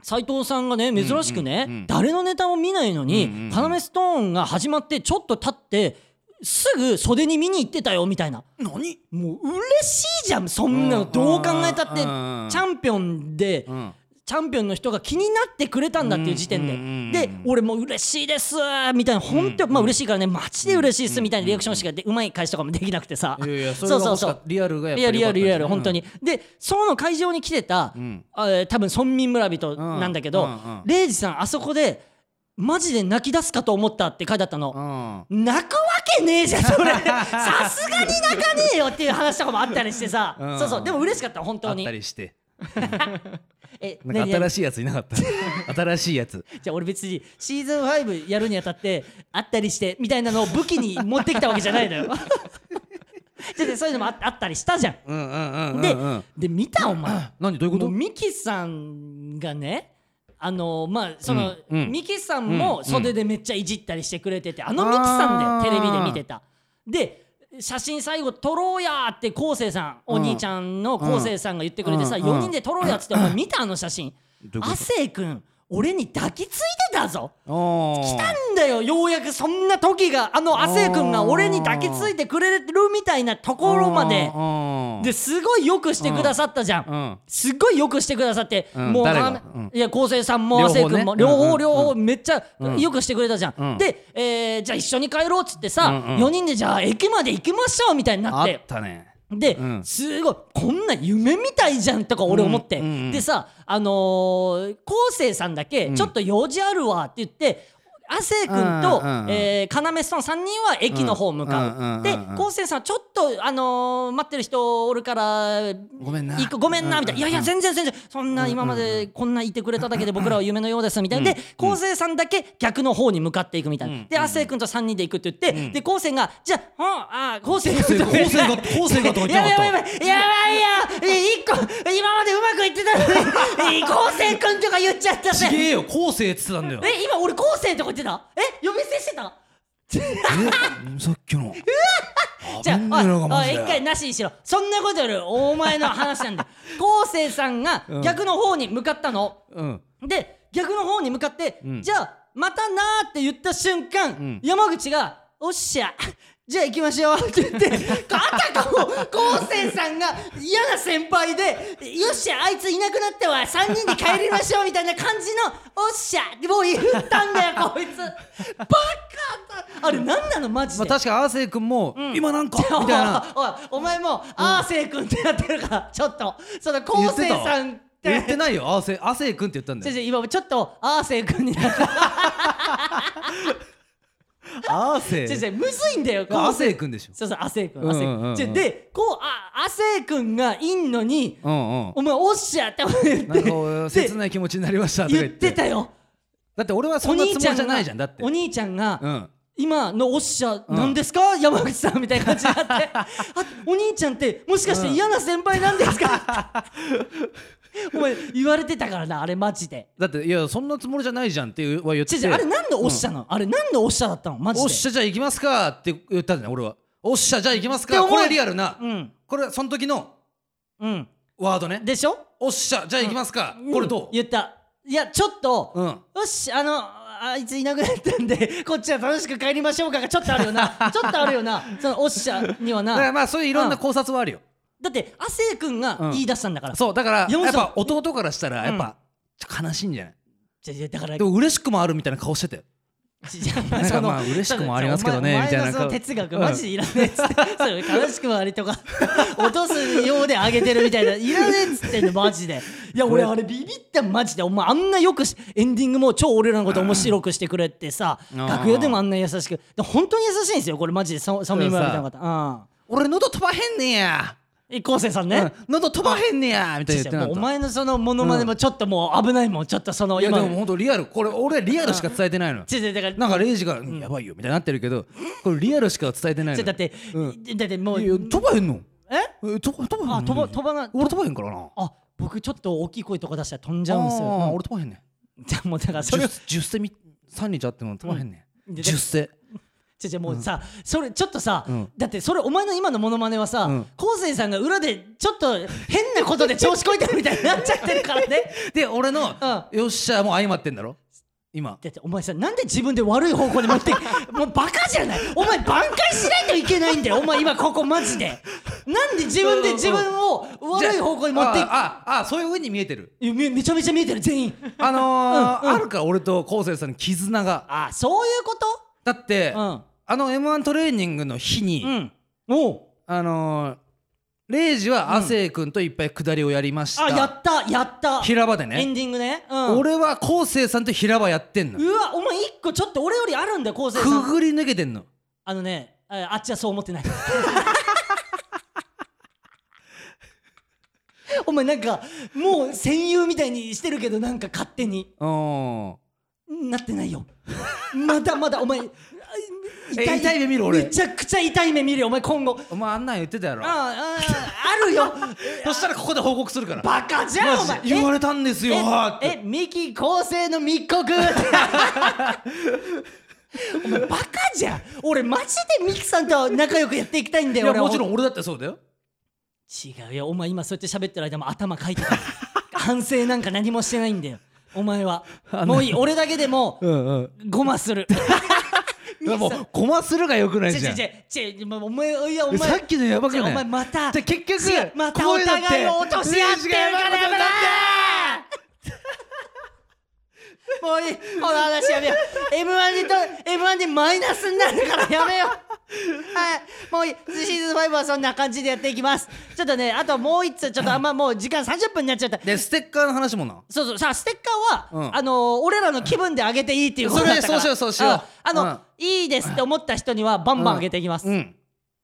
S1: 斉藤さんがね珍しくね、
S2: うんうんうん
S1: 誰のネタも見ないのに、
S2: うんうんうん
S1: 要ストーンが始まってちょっと経ってすぐ袖に見に行ってたよみたいな
S2: 何
S1: もう嬉しいじゃんそんなの
S2: うん
S1: どう考えたってチ
S2: うんうんうん
S1: ャンピオンで
S2: うん
S1: チャンピオンの人が気になってくれたんだっていう時点で、
S2: うんうんうんうん
S1: で俺もう嬉しいですみたいな本当、まあ嬉しいからねマジで嬉しいっすみたいなリアクションしかで、うまい返しとかもできなくてさ
S2: いやいやそれが欲しかったリアルがやっ
S1: い
S2: ぱ
S1: や
S2: り
S1: リアルリアル
S2: 良か
S1: 本
S2: っ
S1: 当
S2: たですね
S1: に、でその会場に来てた、
S2: うん
S1: あえー多分村民村人なんだけど、
S2: うんうんうん
S1: レイジさんあそこでマジで泣き出すかと思ったって書いてあったの
S2: うん
S1: 泣くわけねえじゃんそ れさすがに泣かねえよっていう話とかもあったりしてさ、
S2: うん
S1: そうそうでも嬉しかった本
S2: あ
S1: 当
S2: っ
S1: に
S2: たりして
S1: えね
S2: なんか
S1: えね
S2: 新しいやついなかっ た新しいやつ
S1: えじゃあ俺別にシーズン5やるにあたってあったりしてみたいなのを武器に持ってきたわけじゃないのよ じゃあねそういうのもああったりしたじゃん
S2: うんうんうんうん
S1: で、
S2: うん
S1: で見たお前
S2: 何どういうこ
S1: も
S2: と
S1: うミキさんがねあのまあその、
S2: うんうん
S1: ミキさん
S2: う
S1: も
S2: ん
S1: 袖でめっちゃいじったりしてくれてて、あのミキさんだよ
S2: あー
S1: テレビで見てたで写真最後撮ろうやーって昴生さんお兄ちゃんの昴生さんが言ってくれてさ、
S2: うん
S1: 4人で撮ろうやっつって、お前見たあの写真
S2: どういうこと
S1: 亜生君俺に抱きついてたぞ
S2: 来
S1: 来たんだよようやくそんな時があの亜生君が俺に抱きついてくれるみたいなところまでで
S2: で
S1: すごいよくしてくださったじゃん
S2: うん
S1: すっごいよくしてくださって、
S2: うん
S1: もう
S2: 誰が
S1: あの
S2: うん
S1: いや昴生さんも亜
S2: 両方ね
S1: 生君も
S2: うん
S1: 両方、
S2: うん
S1: 両方めっちゃ
S2: うん
S1: よくしてくれたじゃん、
S2: うん
S1: で、えーじゃあ一緒に帰ろうっつってさ、
S2: うんうん
S1: 4人でじゃあ駅まで行きましょうみたいにな
S2: あ
S1: っ
S2: ってたね
S1: で、
S2: うん
S1: すごいこんな夢みたいじゃんとか俺思って、
S2: うんうんうん
S1: でさあのー、昴生さんだけ、
S2: うん
S1: ちょっと用事あるわって言って亜生君
S2: う
S1: と
S2: んうんうん
S1: えー要さん3人は駅の方向かう、
S2: うん
S1: で
S2: うんうんうん
S1: 昴生さんちょっとあのー、待ってる人おるから
S2: ごめんな
S1: 行くごめんなみたいな「いやいや
S2: うん
S1: 全然全然そんな今までこんないてくれただけで僕らは夢のようです」みたいなで昴生さんだけ逆の方に向かっていくみたいなで亜生君と3人で行くって言ってで昴生が「じゃあほんあ昴生が」
S2: 生昴生が昴生がとか言ってなかった
S1: やばいやばいやばいやばいよえ一個今までうまくいってたのにえ昴生君とか言っちゃった
S2: ちげ
S1: ね
S2: えよ昴生っつってたんだよ
S1: え今俺昴生とか言ってたえ呼び捨てしてた
S2: えさっ きの
S1: じゃあ
S2: 危んね
S1: おい
S2: えなマ
S1: お
S2: ジ
S1: い
S2: で
S1: 一回なしにしろそんなことよりお前の話なんだよ昴生さんが逆の方に向かったの
S2: うん
S1: で逆の方に向かって、
S2: うん
S1: じゃあまたなーって言った瞬間、
S2: ん
S1: 山口が「おっしゃじゃあ行きましょう」って言 ってあたかも昴生さんが嫌な先輩で「よっしゃあいついなくなったわ3人で帰りましょう」みたいな感じの「おっしゃ」ってもう言ったんだ よこいつバカだあれ何なのマジ
S2: まあ
S1: で。
S2: 確か亜生君も今なんか
S1: おい
S2: みたいな
S1: おいお前もあーせい君ってやってるからちょっとその昴生さんって
S2: 言ってないよ亜生亜生君って言ったんだ
S1: 違う
S2: よ
S1: 違う今ちょっとアーセイ君になった
S2: 亜生
S1: 違う違うむずいんだよこう
S2: 亜生君でしょ
S1: そうそう亜生君
S2: うんうんうんうん
S1: 亜生君違うでこうあ亜生君がいんのに
S2: うんうん
S1: お前おっしゃって言って
S2: なんかお切
S1: で
S2: ない気持ちになりましたとか
S1: 言
S2: 言
S1: っ
S2: って
S1: てたよ
S2: だって俺はそ
S1: お
S2: んな
S1: 兄
S2: つもり
S1: ち
S2: じ
S1: ゃん
S2: ゃ
S1: が
S2: ないじゃんだって
S1: お兄ちゃんが
S2: うん
S1: 今のおっしゃなんですか、山口さんみたいな感じになってあお兄ちゃんってもしかして嫌な先輩なんですか、 お前言われてたからなあれマジで
S2: だっていやそんなつもりじゃないじゃんっていうは言っ
S1: 違
S2: て
S1: う違うあれ何のおっしゃなの、あれ何のおっしゃだったのマジで
S2: おっしゃじゃあ行きますかって言ったんだよ俺はおっしゃじゃあ行きます
S1: って
S2: か
S1: 思う
S2: これリアルな
S1: うん
S2: これその時の
S1: うん
S2: ワードね
S1: でしょ
S2: おっしゃじゃあ行きますかこれどう
S1: 言ったいやちょっと、
S2: うん
S1: よしあのあいついなくなったんで こっちは楽しく帰りましょうかがちょっとあるよ なちょっとあるよなそのおっしゃには
S2: だ
S1: な
S2: から
S1: だ
S2: まあそういういろん な考察はあるよ
S1: って亜生君が言い出したんだから、
S2: そうだから
S1: 山本さ
S2: やっ
S1: ん
S2: ぱ弟からしたらやっぱちょっと悲しいんじゃない
S1: じゃじゃだから
S2: でも嬉しくもあるみたいな顔してたよ
S1: じゃあ
S2: なんか
S1: その
S2: まあ嬉しくもありますけどね
S1: お前
S2: みたいな
S1: お前のその哲学マジでいらねえっつって、それ悲しくもありと か落とすようで上げてるみたいないらねえっつってんのマジでいや俺あれビビったマジでお前あんなよくしエンディングも超俺らのこと面白くしてくれてさ
S2: うん
S1: 楽屋でもあんな優しくで本当に優しいんですよこれマジでササムイ村みたいな方
S2: 俺喉飛ばへんねや
S1: うん昴生さんね、
S2: うん喉飛ばへんねやみたいな言ってなか
S1: もうお
S2: った
S1: 前のそのモノマネもちょっともう危ないもんちょっとその
S2: いや
S1: 今
S2: でも本当リアルこれ俺リアルしか伝えてないの
S1: 違う違うだから
S2: なんかレイジがうん「やばいよ」みたいになってるけどこれリアルしか伝えてない
S1: 違う
S2: の
S1: だって、
S2: うん
S1: だってもう
S2: いや飛ばへんの
S1: え
S2: え飛ば飛ばへ
S1: あ
S2: ん
S1: 飛
S2: の
S1: ば飛ばが
S2: 俺飛ばへんからな
S1: あ僕ちょっと大きい声とか出したら飛んじゃうんです
S2: あー
S1: よ。
S2: 俺飛ばへんねん
S1: じゃあもうだからそれを
S2: 10 10世み3日あっても飛ばへんね
S1: うん
S2: ん
S1: で
S2: 10世
S1: じゃじゃもうさ、それちょっとさ、
S2: うん
S1: だってそれお前の今のモノマネはさ、
S2: うん
S1: 昴生さんが裏でちょっと変なことで調子こいてるみたいになっちゃってるからね。
S2: で俺の「よっしゃ」もう相まってんだろ今
S1: だってお前さなんで自分で悪い方向に持 ってもうバカじゃないお前挽回しないといけないんだよお前今ここマジでなんで自分で自分を悪い方向に持ってい
S2: じゃああああそういうふうに見え てる
S1: いやめめちゃめちゃ見えてる全員
S2: あのーあるから俺と昴生さんの絆が
S1: あそういうこ
S2: だって
S1: とうん
S2: あの m 1トレーニングの日に
S1: うんおう
S2: あのーレイジは亜生君といっぱい下りをやりました、
S1: あやったやった
S2: 平場で
S1: エン
S2: ね
S1: ディングね、うん、
S2: 俺は昴生さんと平場やってんの
S1: うわお前一個ちょっと俺よりあるんだよ昴生さ
S2: く
S1: ん
S2: ぐり抜けてんの
S1: あのねああっちはそう思って ないお前なんかもう戦友みたいにしてるけどなんか勝手に
S2: う
S1: なってないよまだまだお前あ
S2: え痛い目見ろ俺
S1: めちゃくちゃ痛い目見るよお前今後
S2: んお前あんなん言ってたやろ
S1: ああああるよ
S2: そしたらここで報告するから
S1: バカじゃんお前
S2: マジ言われたんですよっ
S1: ええ
S2: て
S1: ミキ構成の密 告お前バカじゃん俺マジでミキさんと仲良くやっていきたいんだ
S2: い
S1: よ
S2: や
S1: 俺は
S2: もちろん俺だってそうだよ
S1: 違うよお前今そうやって喋ってる間も頭かいて た反省なんか何もしてないんだよお前はもういい俺だけでも
S2: うんうん
S1: ごまするミキ
S2: で
S1: さん
S2: もごまするがよくない
S1: ち
S2: じ
S1: ょ
S2: ゃん
S1: ちょちょちょお前いやお
S2: え
S1: 前
S2: さっきのやばく
S1: じゃ
S2: な
S1: あ
S2: い
S1: お前また
S2: じゃあ結局
S1: 違うまたお互いを落とし合ってるからやめろもういいこの話やめよう M1 にと M1 でマイナスになるからやめようはいもういい「シーズン5はそんな感じでやっていきますちょっとねあともう一つちょっとあんまもう時間30分になっちゃった
S2: でステッカーの話もな
S1: そうそうさあステッカーは、
S2: うん
S1: あのー俺らの気分であげていいっていうことだったから
S2: それそうしようそうしようん
S1: あの、
S2: うん
S1: いいですって思った人にはバンバンあげていきます、
S2: うん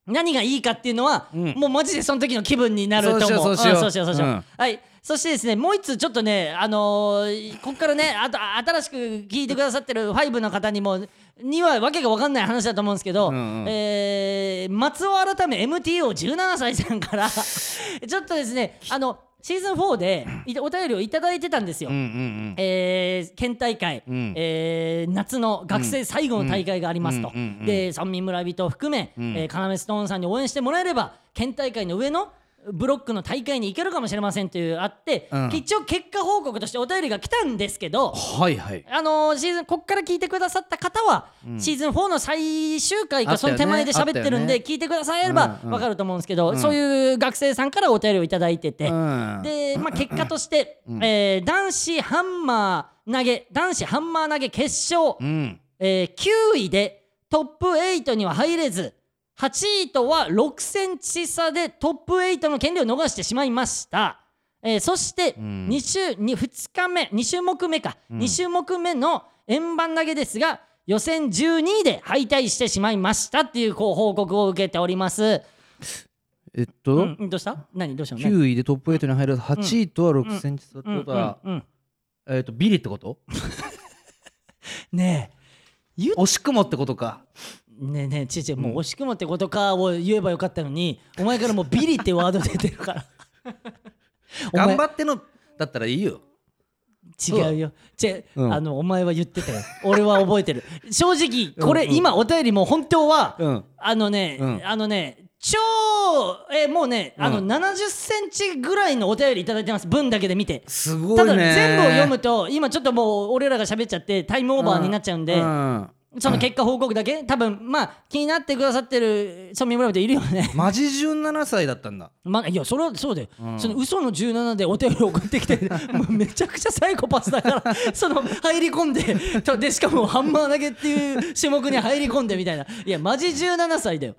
S1: 何がいいかっていうのは、
S2: うん
S1: もうマジでその時の気分になると思う
S2: そうしよう
S1: そ
S2: そうう
S1: し
S2: し
S1: よ
S2: よ
S1: うそ
S2: う
S1: うしよう、
S2: うん
S1: はいそしてですねもう一つちょっとねあのーここからねあとあ新しく聞いてくださってる5の方にもにはわけが分かんない話だと思うんですけど、
S2: うんうん
S1: えー松尾改め MTO17 歳さんから ちょっとですねあのシーズン4でいお便りをいただいてたんですよ、
S2: うんうん
S1: えー県大会、
S2: うん
S1: えー夏の学生最後の大会がありますと、
S2: うんうんうん
S1: で三民村人を含め、
S2: ん
S1: えー要ストーンさんに応援してもらえれば県大会の上のブロックの大会に行けるかもしれませんというあって、
S2: うん
S1: 一応結果報告としてお便りが来たんですけど、
S2: はいはい
S1: あのーシーズンこっから聞いてくださった方は、シーズン4の最終回
S2: あ
S1: か
S2: った
S1: そ
S2: よ
S1: の
S2: ね
S1: 手前で喋ってるん
S2: あった
S1: で
S2: よね
S1: 聞いてくだされば
S2: うんうん
S1: 分かると思うんですけど、そういう学生さんからお便りをいただいてて。
S2: うん
S1: で、まあ、結果として、えー男子ハンマー投げ男子ハンマー投げ決勝、
S2: うん
S1: えー9位でトップ8には入れず8位とは6センチ差でトップ8の権利を逃してしまいました。えーそして
S2: ん
S1: 2週、に2日目2種目目か、2種目目の円盤投げですが予選12位で敗退してしまいましたっていうこう報告を受けております。
S2: えっ
S1: う
S2: と
S1: ん、どうした何どうしたの何
S2: 9位でトップ8に入る8位とは6センチ差って
S1: うん
S2: ことは
S1: うんうん
S2: えっとビリってこと
S1: ねえ
S2: 惜しくもってことか
S1: ねえねえちいちゃんもう惜しくもってことかを言えばよかったのにお前からもうビリってワード出てるからお前
S2: 頑張ってのだったらいいよ
S1: 違うよちぇ
S2: うん
S1: あのお前は言ってたよ俺は覚えてる正直これ
S2: うんうん
S1: 今お便りも本当は、
S2: うん
S1: あのね、
S2: うん
S1: あのね超えもうね、あの
S2: うん
S1: 70センチぐらいのお便りいただいてます文だけで見て
S2: すごいね
S1: ただ全部を読むと今ちょっともう俺らが喋っちゃってタイムオーバーになっちゃうんで、
S2: うん
S1: その結果報告だけ多分まあ気になってくださってる村民村人いるよね
S2: マジ17歳だったんだ
S1: まあいやそれはそうだよ、
S2: うん
S1: その嘘の17でお便り送って きてもうめちゃくちゃサイコパスだから その入り込んでとでしかもハンマー投げっていう種目に入り込んでみたいないやマジ17歳だよ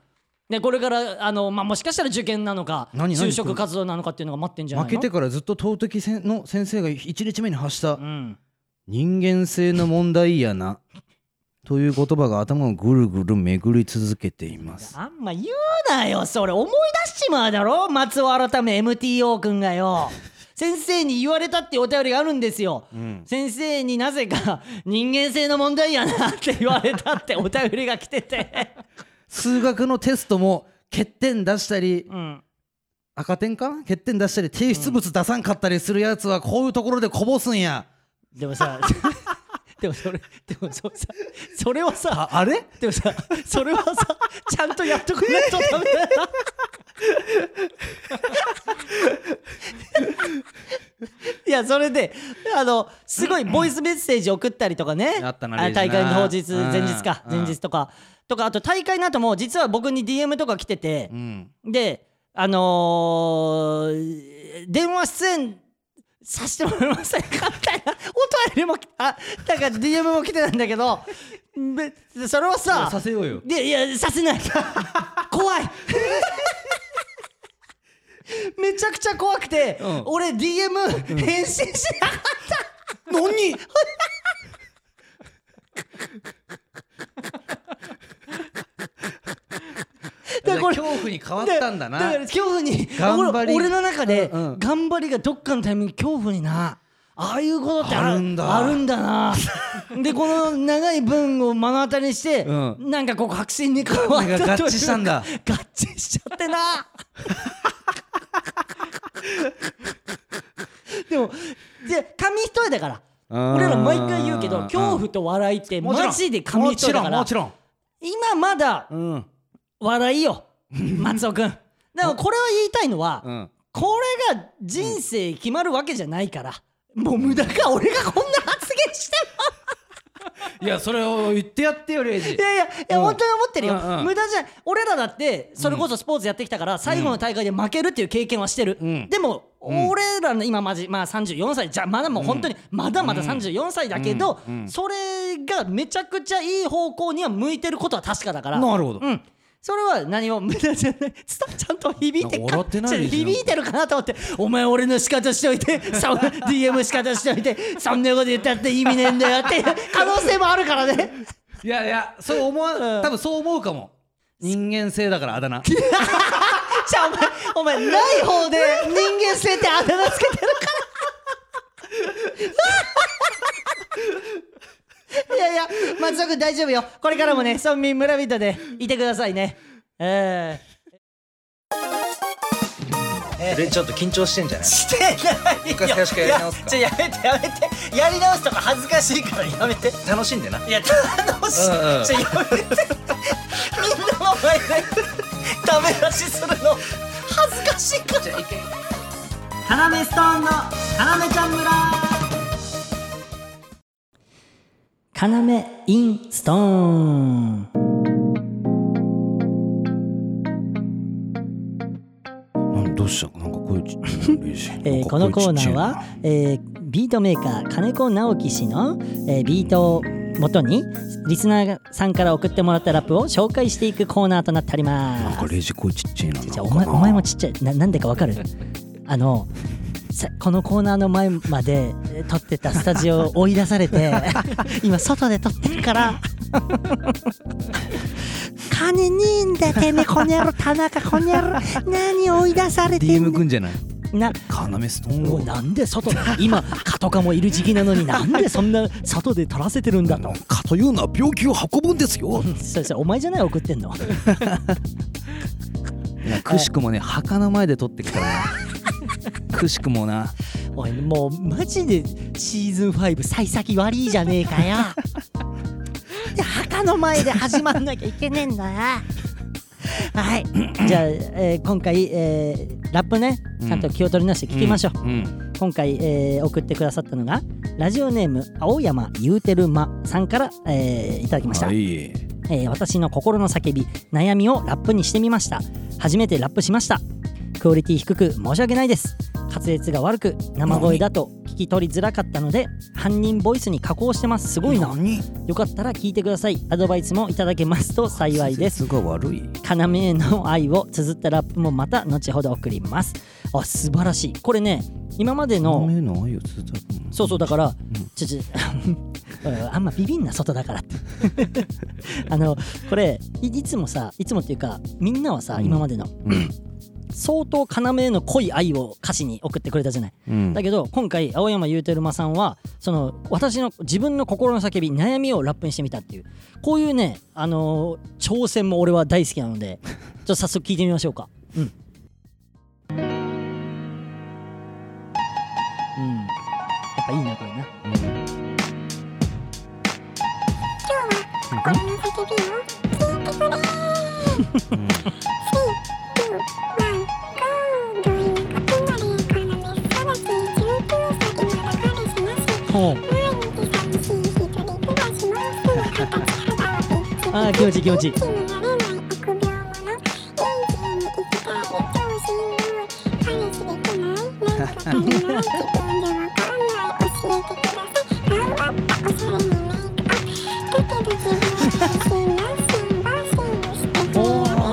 S1: でこれからあの、まあ、もしかしたら受験なのか
S2: 何何
S1: 就職活動なのかっていうのが待ってんじゃない
S2: 負
S1: の
S2: けてからずっと投擲せんの先生が1日目に発した
S1: うん
S2: 人間性の問題やなという言葉が頭をぐるぐる巡り続けています
S1: あんま言うなよそれ思い出しちまうだろ松尾改め MTO 君がよ先生に言われたっていうお便りがあるんですよ、先生になぜか 人間性の問題やなって言われたってお便りが来てて
S2: 数学のテストも欠点出したり
S1: うん
S2: 赤点か欠点出したり提出物出さんかったりするやつはこういうところでこぼすんや
S1: でもさ でもそれでもそうさそれはさ
S2: あれ
S1: でもさそれはさちゃんとやっとかないとダメだよな いやそれであのすごいボイスメッセージ送ったりとかね
S2: あったな
S1: あ
S2: レイジな
S1: 大会の当日
S2: うん
S1: 前日か
S2: う
S1: 前
S2: ん
S1: 日とかとかあと大会の後も実は僕に DM とか来てて
S2: うん
S1: であのー電話出演させてもらえませんかみたいな お便りもあだから DM も来てたんだけどでそれはさ
S2: させようよ
S1: でいやさせない怖いめちゃくちゃ怖くて、
S2: うん
S1: 俺 DM 返信しなかった、
S2: 何
S1: だからこれ
S2: 恐怖に変わったんだな
S1: だから恐怖に
S2: 頑張り
S1: 俺俺の中で
S2: うんうん
S1: 頑張りがどっかのタイミングで恐怖になああいうことってあ
S2: あるんだ
S1: あるんだ なでこの長い文を目の当たりにして、
S2: う
S1: なんかこう確信に変わったという
S2: なん
S1: か
S2: か合致したんだ
S1: 合致しちゃってな でもで紙一重だから
S2: うん
S1: 俺ら毎回言うけ
S2: う
S1: ど
S2: ん
S1: 恐怖と笑いって
S2: もちろん
S1: マジで紙一重だから
S2: もちろんも
S1: 今まだ
S2: ちろんうん
S1: 笑い よ松尾君でもこれは言いたいのは、
S2: うん
S1: これが人生決まるわけじゃないから、もう無駄か俺がこんな発言して
S2: いやそれを言ってやってよレイジ
S1: もいやいやいや、
S2: うん
S1: 本当に思ってるよ、
S2: うんうん
S1: 無駄じゃない俺らだってそれこそスポーツやってきたから最後の大会で負けるっていう経験はしてる、
S2: うん
S1: でも、俺らの今まじ、まあ、34歳じゃまだもう本当にまだまだ34歳だけど、
S2: うんうん
S1: それがめちゃくちゃいい方向には向いてることは確かだから
S2: なるほど
S1: うんそれは何も無駄じゃない。 スタッフちゃんと響いてるか
S2: なんか笑ってない
S1: ちょっと
S2: ですよ
S1: 響いてるかなと思って、お前俺の仕方しといて、そん DM 仕方しといて、そんなこと言ったって意味ねえんだよっていう可能性もあるからね。
S2: いやいやそう思わ多分そう思うかも人間性だからあだ名
S1: じゃあお前、お前ない方で人間性ってあだ名つけてるから。いやいや、松尾君大丈夫よ。これからもね、村民村人でいてくださいね。えー
S3: レンちょっと緊張してんじゃない
S1: してないよ
S3: 一回最初からやり直すか
S1: いやちょやめてやめてやり直すとか恥ずかしいからやめて
S3: 楽しんでない
S1: や楽しい、
S3: うんうん
S1: ちょやめてみんなの前でダメ出しするの恥ずかしいからじゃあ一回タナメストーンのタナメちゃん村カナメインストーン
S2: どうしたなんかこ ういうレイジ
S1: えーこのコーナーは、えービートメーカー金子直樹氏の、えービートを元にリスナーさんから送ってもらったラップを紹介していくコーナーとなっております。
S2: レイジこうちっちゃいな
S1: じゃあお前お前もちっちゃいななんでかわ かるあのさこのコーナーの前までえー撮ってたスタジオを追い出され て今外で撮ってるから金にいんだてめえこにゃろ田中こにゃろ何追い出されてん
S2: DM
S1: だ
S2: くんじゃない
S1: な
S2: カナメストーン
S1: おいなんで外で今蚊とかもいる時期なのになんでそんな外で取らせてるんだと
S2: かというのは病気を運ぶんですよ
S1: それそれお前じゃない送ってんの
S2: いやくしくもね墓の前で撮ってきたな くしくもな
S1: おいもうマジでシーズン5幸先悪いじゃねえかよで墓の前で始まんなきゃいけねえんだよはいじゃあ、えー今回、えーラップねちゃんと気を取り直して聞きましょう、
S2: うん
S1: 今回、えー送ってくださったのがラジオネーム青山ゆうてるまさんから、えーいただきました、
S2: い
S1: えー私の心の叫び悩みをラップにしてみました初めてラップしましたクオリティ低く申し訳ないです滑舌が悪く生声だと聞き取りづらかったので犯人ボイスに加工してますすごいな
S2: 何
S1: よかったら聞いてくださいアドバイスもいただけますと幸いです
S2: すが悪い
S1: 要への愛を綴ったラップもまた後ほど送りますあ素晴らしいこれね今までの
S2: 目の愛を伝えた
S1: そうそうだから、ちょちょ あんまビビんな外だからって あのこれいいつもさいつもっていうかみんなはさ、
S2: うん
S1: 今までの
S2: うん
S1: 相当要への濃い愛を歌詞に送ってくれたじゃない、
S2: うん
S1: だけど今回青山ゆうてるまさんはその私の自分の心の叫び悩みをラップにしてみたっていうこういうねあのー挑戦も俺は大好きなの でちょっと早速聞いてみましょうかうん、うん、やっぱいいなこれな
S4: 心の叫びを聞いてくれ。スイ、ドゥ、ラ、ゴー。どういうことなれこのメッサラシ、19歳まだ彼氏なし。毎日寂しい一人暮らしもすぐ二十歳肌をピッチ
S1: あー気持ちいい気持ちいい
S4: 気になれない臆病者。永遠に生きたい超しんどい。彼氏できないなんか足りない自分でわかんない教えてください。頑張ったおしゃれにメイクアップ。だけど自分は自信なしんばしんして不安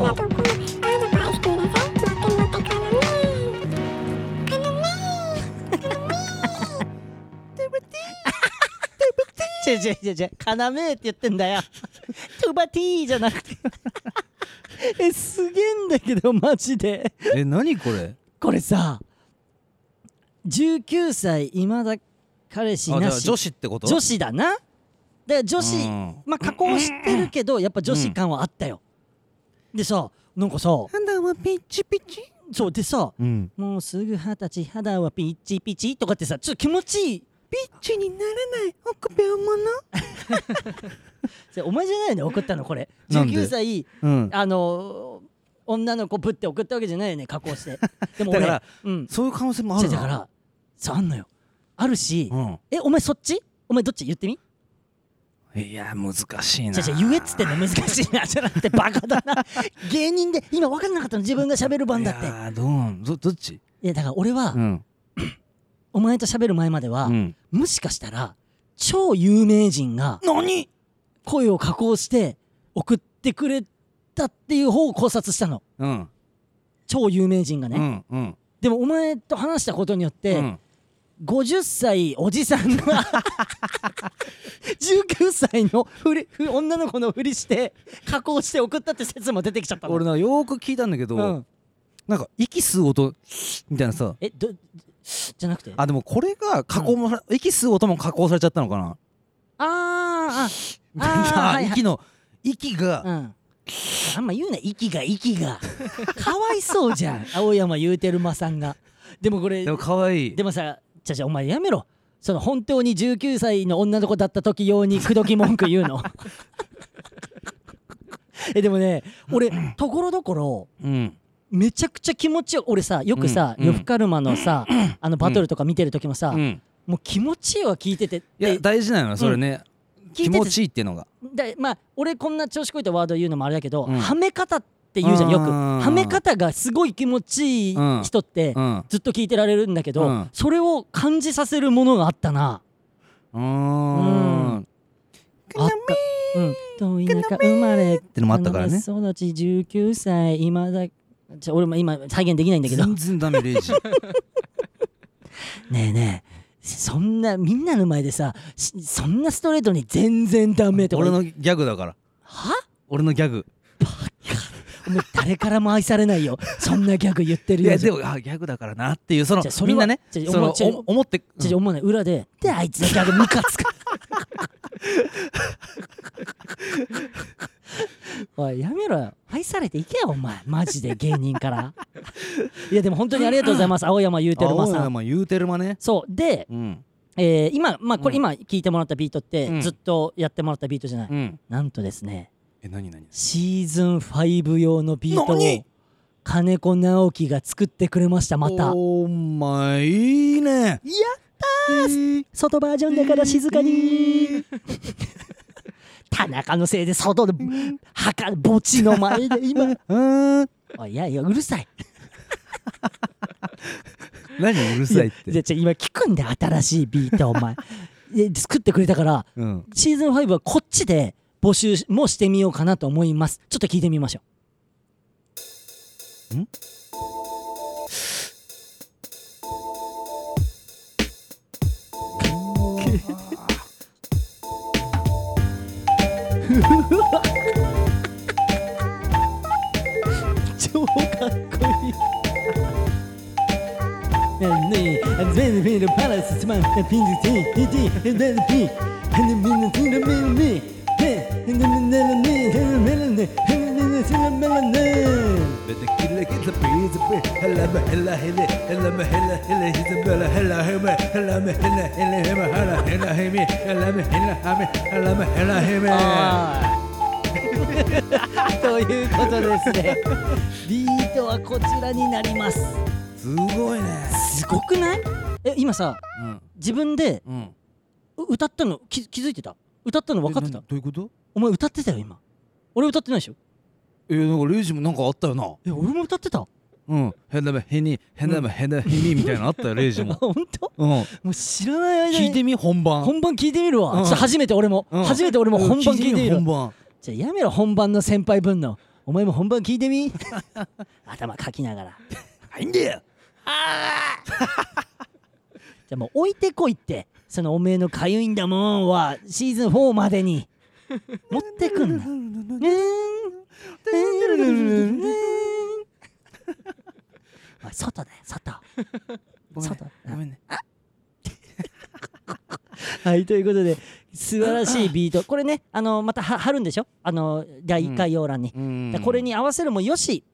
S4: なとこあるんだよね。
S1: おー
S4: アドバイスください。モテモテからね。
S1: 違う違う違うカナメーって言ってんだよ トバティーじゃなくて えすげえんだけどマジで
S2: え何これ
S1: これさ19歳いまだ彼氏
S2: あじ
S1: な
S2: ゃあ
S1: し
S2: 女子ってこと
S1: 女子だなで女子
S2: うん
S1: まあ加工してるけどやっぱ女子感はあったよでさなんかさ
S2: 肌はピッチピチ
S1: そうでさ
S2: うん
S1: もうすぐ二十歳肌はピッチピチとかってさちょっと気持ちいい
S2: ピッチになれない臆病者
S1: それお前じゃないよね送ったのこれ
S2: なんで
S1: 19歳
S2: うん
S1: あの女の子ぶって送ったわけじゃないよね加工 してでも俺
S2: だから
S1: うん
S2: そういう可能性もあ
S1: 違
S2: る
S1: う
S2: な
S1: だからそうあんのよあるし、
S2: うん
S1: えお前そっちお前どっち言ってみ
S2: いや難しいな
S1: じゃじゃ言えっつってんの難しいなじゃな くてバカだな芸人で今分かんなかったの自分が喋る番だってい
S2: い
S1: や
S2: やーどうどどっち
S1: だから俺は、
S2: うん
S1: お前と喋る前までは、
S2: うん
S1: もしかしたら超有名人が
S2: 何
S1: 声を加工して送ってくれたっていう方を考察したの
S2: うん
S1: 超有名人がね、
S2: うんうん
S1: でもお前と話したことによって、
S2: うん
S1: 50歳おじさんが 19歳のふりふ女の子のふりして加工して送ったって説も出てきちゃったの
S2: 俺なよーく聞いたんだけど、
S1: うん、
S2: なんか息吸う音みたいなさ
S1: えどじゃなくて
S2: あでもこれが加工もさ、息吸う音も加工されちゃったのかな
S1: あーあーはいはい
S2: 息の息が、
S1: うんあんま言うな息が息がかわいそうじゃん青山ゆうてるまさんがでもこれ
S2: でも可愛い
S1: でもさちゃちゃお前やめろその本当に19歳の女の子だった時用に口説き文句言うの えでもね俺ところどころ
S2: うん
S1: めちゃくちゃ気持ちよ俺さよくさ、
S2: うん
S1: 呂布カルマのさ、あのバトルとか見てる時もさ、
S2: うん
S1: もう気持ちいいわ聞いてて
S2: いや
S1: で
S2: 大事なのよそれね、
S1: 聞い
S2: 気
S1: て
S2: 持
S1: て
S2: ちいいっていうのが
S1: でまあ俺こんな調子こいたワード言うのもあれだけど、
S2: うん
S1: はめ方って言うじゃんよく
S2: あー
S1: はめ方がすごい気持ちいい人って
S2: うん
S1: ずっと聞いてられるんだけど、
S2: うん
S1: それを感じさせるものがあったな。
S2: うー
S1: うんあった。うん。と田舎生まれっ
S2: ってのもあったからね
S1: 育ち19歳今だ。ちょ俺も今再現できないんだけど。
S2: 全
S1: ね
S2: 然ダメレイジ
S1: えねえ。そんなみんなの前でさしそんなストレートに全然ダメとか
S2: 俺のギャグだから
S1: は
S2: 俺のギャグ
S1: お前誰からも愛されないよそんなギャグ言ってる
S2: い
S1: よ
S2: やでもあギャグだからなっていうその
S1: じゃあそれ
S2: みん
S1: は
S2: なね
S1: じ
S2: そ
S1: ゃあ
S2: の
S1: 思っ
S2: お思って
S1: ちょちょ思わない裏でであいつのギャグムカ つくおいやめろよ愛されていけよお前マジで芸人からいやでも本当にありがとうございます青山ゆうてるま
S2: 青
S1: さん
S2: 山ゆうてるまね
S1: そうで、
S2: うん
S1: えー今まあこれ
S2: うん
S1: 今聞いてもらったビートって、
S2: うん
S1: ずっとやってもらったビートじゃない、
S2: うん
S1: なんとですね
S2: え何何
S1: シーズン5用のビートを
S2: 何
S1: 金子直樹が作ってくれましたまた
S2: お前いいね
S1: やったー外バージョンだから静かに 田中のせいで外の墓墓地の前で今
S2: うん
S1: おいいやいやうるさい
S2: 何うるさいっ
S1: いや
S2: て
S1: じゃ今聞くんだよ新しいビートお前 いや作ってくれたから
S2: うん
S1: シーズン5はこっちで募集もしてみようかなと思いますちょっと聞いてみましょうん 超かっこいいねえ、全然見るパラススマン、ピンズティー、ティー、ティー、ティー、ピー、みんなティーラメラメ、ねえ、みんなメラメ、ティーラメラメ、みんなティーラメラメ。ということですね、リートはこちらになります。
S2: すごいね
S1: すごくないえ、今さ、
S2: うん
S1: 自分で
S2: うん
S1: う歌ったの気気づいてた歌ったの分かって
S2: えな
S1: た
S2: どういうこと
S1: お前歌ってたよ、今。俺歌ってないでしょ
S2: えなんかレイジもなんかあったよな
S1: え、俺も歌ってた。
S2: うんヘラメヘニヘラメヘラヘニみたいなのあ ったよレイジ
S1: あ
S2: も
S1: 本当
S2: うん
S1: もう知らない間に
S2: 聞いてみ本番
S1: 本番聞いてみるわ、
S2: うん
S1: ちょっと初めて俺も、
S2: うん
S1: 初めて俺も本番聞いてみる
S2: 本番
S1: じゃあやめろ本番の先輩分のお前も本番聞いてみ頭かきな がらじ
S2: はいんだよ
S1: ゃあもう置いてこいってそのおめえのかゆいんだもんはシーズン4までに持ってく んだ。ねーんねーんおい外だよ外。
S2: ごめん
S1: そうだ
S2: ごめんね
S1: はいということで素晴らしいビートこれねあのまたは貼るんでしょあの第1回要欄に。だからこれに合わせるもよし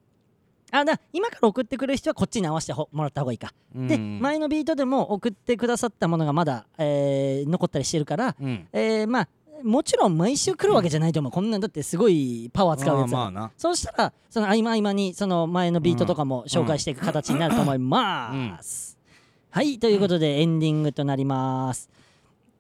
S1: あだ今から送ってくれる人はこっちに合わせてほもらった方がいいか、
S2: うん
S1: で前のビートでも送ってくださったものがまだ、えー残ったりしてるから、
S2: うん
S1: えーまあもちろん毎週来るわけじゃないと思う、こんなんだってすごいパワー使うやつだ
S2: まあまあな
S1: そうしたらその合間合間にその前のビートとかも紹介していく形になると思います、はいということでエンディングとなります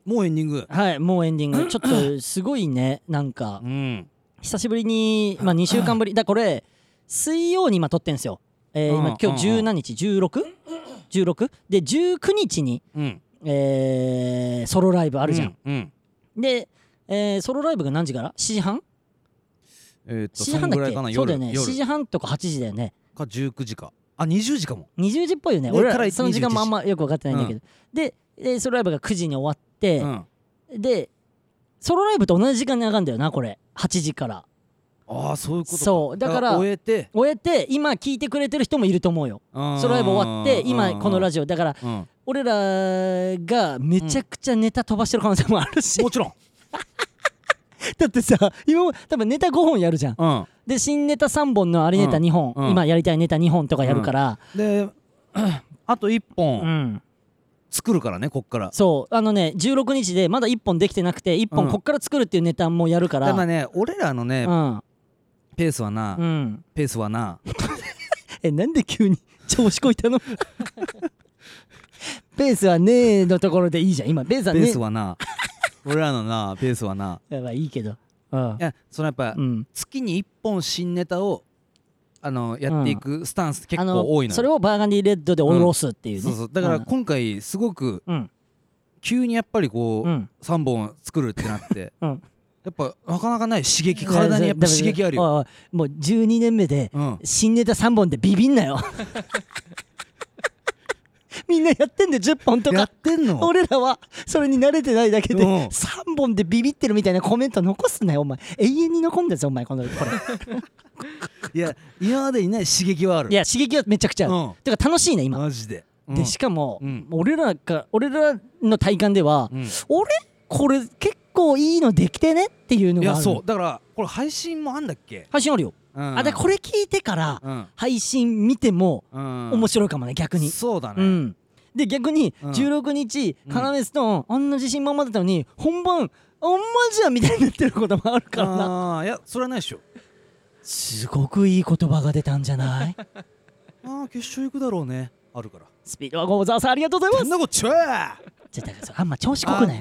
S2: もうエンディング
S1: はいもうエンディングちょっとすごいねなんか
S2: うん
S1: 久しぶりに、まあ、2週間ぶりだこれ水曜に今撮ってんすよ、えー
S2: うん
S1: 今今日
S2: うんう
S1: 十
S2: ん
S1: 何日 16?16 で19日に、
S2: うん
S1: えーソロライブあるじゃん、
S2: うん
S1: で、えーソロライブが何時から ?7 時半
S2: えっと
S1: ?7
S2: そ
S1: 時
S2: ん
S1: 半だ
S2: ぐ
S1: っ
S2: らい
S1: け
S2: かな
S1: そうだ
S2: 夜
S1: よね7
S2: 夜
S1: 時半とか8時だよね
S2: か19時かあ20時かも
S1: 20時っぽいよね
S2: ね
S1: 俺
S2: からら
S1: その時間もあんまよく分かってないんだけど、で、えーソロライブが9時に終わって
S2: う、ん
S1: でソロライブと同じ時間に上がるんだよなこれ8時から
S2: ああそういうことか
S1: そうだから
S2: 終えて
S1: 終えて今聞いてくれてる人もいると思うよ
S2: ソ
S1: ソロライブ終わって今このラ
S2: ジ
S1: ジオだから
S2: オも
S1: 俺らがめちゃくちゃネタ飛ばしてる可能性もあるし、
S2: ちろん
S1: だってさ今も多分ネタ5本やるじゃん
S2: うん
S1: で新ネタ3本のありネタ2本、
S2: うん
S1: 今やりたいネタ2本とかやるから、
S2: であと1
S1: うん
S2: 本作るからねこっから
S1: そうあのね16日でまだ1本できてなくて1本
S2: うん
S1: こっから作るっていうネタもやるか
S2: だ
S1: ら、
S2: からね俺らのね
S1: うん
S2: ペースはな
S1: うん、
S2: ペースはな
S1: えなんで急に調子こいたの ペースはねえのところでいいじゃん今ペースは
S2: ペ
S1: ねえ
S2: ースはな 俺らのなペースはな
S1: やばいいいけどうん
S2: いやそのやっぱ
S1: うん
S2: 月に1本新ネタをあのやっていくスタンス結構多いのよ
S1: それをバーガンディレッドで下ろすっていうね、
S2: そうそうだから
S1: ん
S2: 今回すごく
S1: うん
S2: 急にやっぱりこ
S1: う
S2: うん3本作るってなって
S1: うん
S2: やっぱなかなかない刺激体にやっぱ刺激あるよ
S1: よもう12年目で
S2: うん
S1: 新ネタ3本でビビんな よみんなやってんで10本と
S2: や
S1: か
S2: ってんの
S1: 俺らはそれに慣れてないだけで
S2: うん
S1: 3本でビビってるみたいなコメント残すなよお前永遠に残んだぞお前この これ
S2: いや今までにない刺激はある
S1: いや刺激はめちゃくちゃある、
S2: うん
S1: てか楽しいね今、
S2: マジでうん
S1: でしかも、
S2: うん
S1: 俺らが俺らの体感では、
S2: うん
S1: 俺これ結構いいのできてねっていうの
S2: い
S1: があ
S2: や
S1: る
S2: そうだからこれ配信もあんだっけ
S1: 配信あるよ、あ
S2: あ
S1: だからこれ聞いてから
S2: うん
S1: 配信見ても
S2: うん
S1: 面白いかもね逆に
S2: そうだ
S1: う
S2: ね
S1: んで逆に
S2: うん
S1: 16日
S2: うん
S1: カナメストーンあんな自信満々だったのに本番あんまじゃんみたいになってることもあるからな
S2: あーいやそれはないでしょ
S1: すごくいい言葉が出たんじゃ ない
S2: ああ決勝行くだろうねあるから
S1: スピードワゴン小沢さんありがとうござい
S2: そん
S1: ます
S2: なこっちゃ
S1: じゃだからそれあんま調子こくない
S2: あ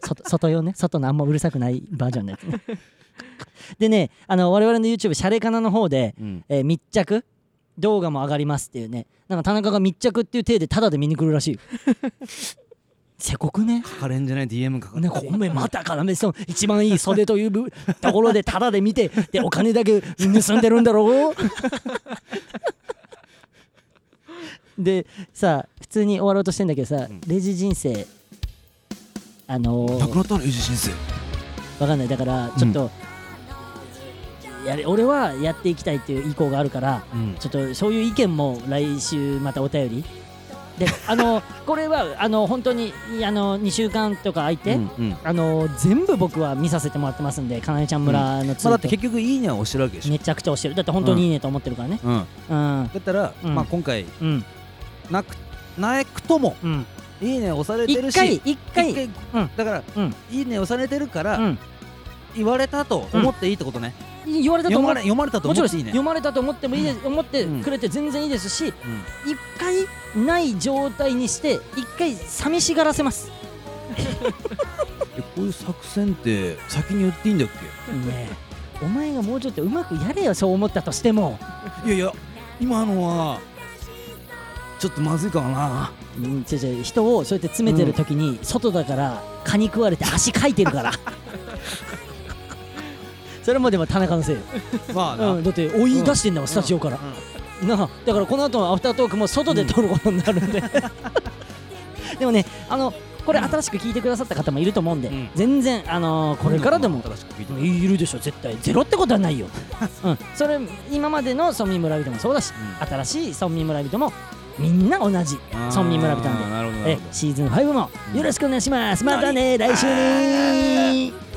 S1: 外外用ね外のあんまうるさくないバージョンのやつねでねあの我々の YouTube シャレカナの方で、
S2: うん
S1: えー密着動画も上がりますっていうねなんか田中が密着っていう体でタダで見に来るら しいせこくね
S2: 書かれんじゃない DM 書かれ
S1: ね、
S2: ん
S1: おめまたからめその一番いい袖という部ところでタダで見てでお金だけ盗んでるんだろう でさ普通に終わろうとしてんだけどさ、レジ人生あのー、
S2: なくなったの維持申請
S1: わかんないだからちょっと、やれ俺はやっていきたいっていう意向があるから
S2: うん
S1: ちょっとそういう意見も来週またお便り であのこれはあの本当にあの2週間とか空いて、
S2: うんうんま
S1: あの全部僕は見させてもらってますんでかなえちゃん村のツ
S2: あ
S1: イー
S2: だって
S1: ト、
S2: 結局いいねは押してるわけでしょ
S1: めちゃくちゃ押してるだって本当にいいねと思ってるからね
S2: うん
S1: うん
S2: だったら
S1: うん
S2: まあ今回
S1: うん
S2: なくなくとも
S1: うん
S2: いいね押されてる
S1: 一
S2: し
S1: 回一回
S2: 一回
S1: うん
S2: だから
S1: うん
S2: いいね押されてるから
S1: うん
S2: 言われたと思っていいってことね
S1: 言われたと
S2: 読
S1: 思
S2: ま
S1: う
S2: れ読まれたと
S1: もち
S2: 思
S1: ろん
S2: っていいね
S1: 読まれたと思ってもいいです、思ってくれて全然いいですし、
S2: うん
S1: 一回ない状態にして一回寂しがらせます
S2: えこういう作戦って先に言っていいんだっ
S1: ねえお前がもうちょっとうまくやれよそう思ったとしても
S2: けいやいや今のはちょっとまずいかもな
S1: うん違う違う人をそうやって詰めてる時に、外だから蚊に食われて足かいてる からそれもでも田中のせいよ、
S2: まあな
S1: うん、だって追い出してんだもん、スタジオから、なあだからこの後のアフタートークも外で撮ることになるんで、 でもねあのこれ新しく聞いてくださった方もいると思うんで、
S2: うん
S1: 全然あのーこれからでも
S2: 新しく聞いても
S1: いるでしょ絶対ゼロってことはない よ、うん、それ今までの村民村人もそうだし、
S2: う
S1: 新しい村民村人もみんな同じ村民村人
S2: あー
S1: な
S2: なる
S1: ん
S2: ほどな
S1: で
S2: る
S1: え
S2: ほど
S1: シーズン5もよろしくお願いします、またね来週ねー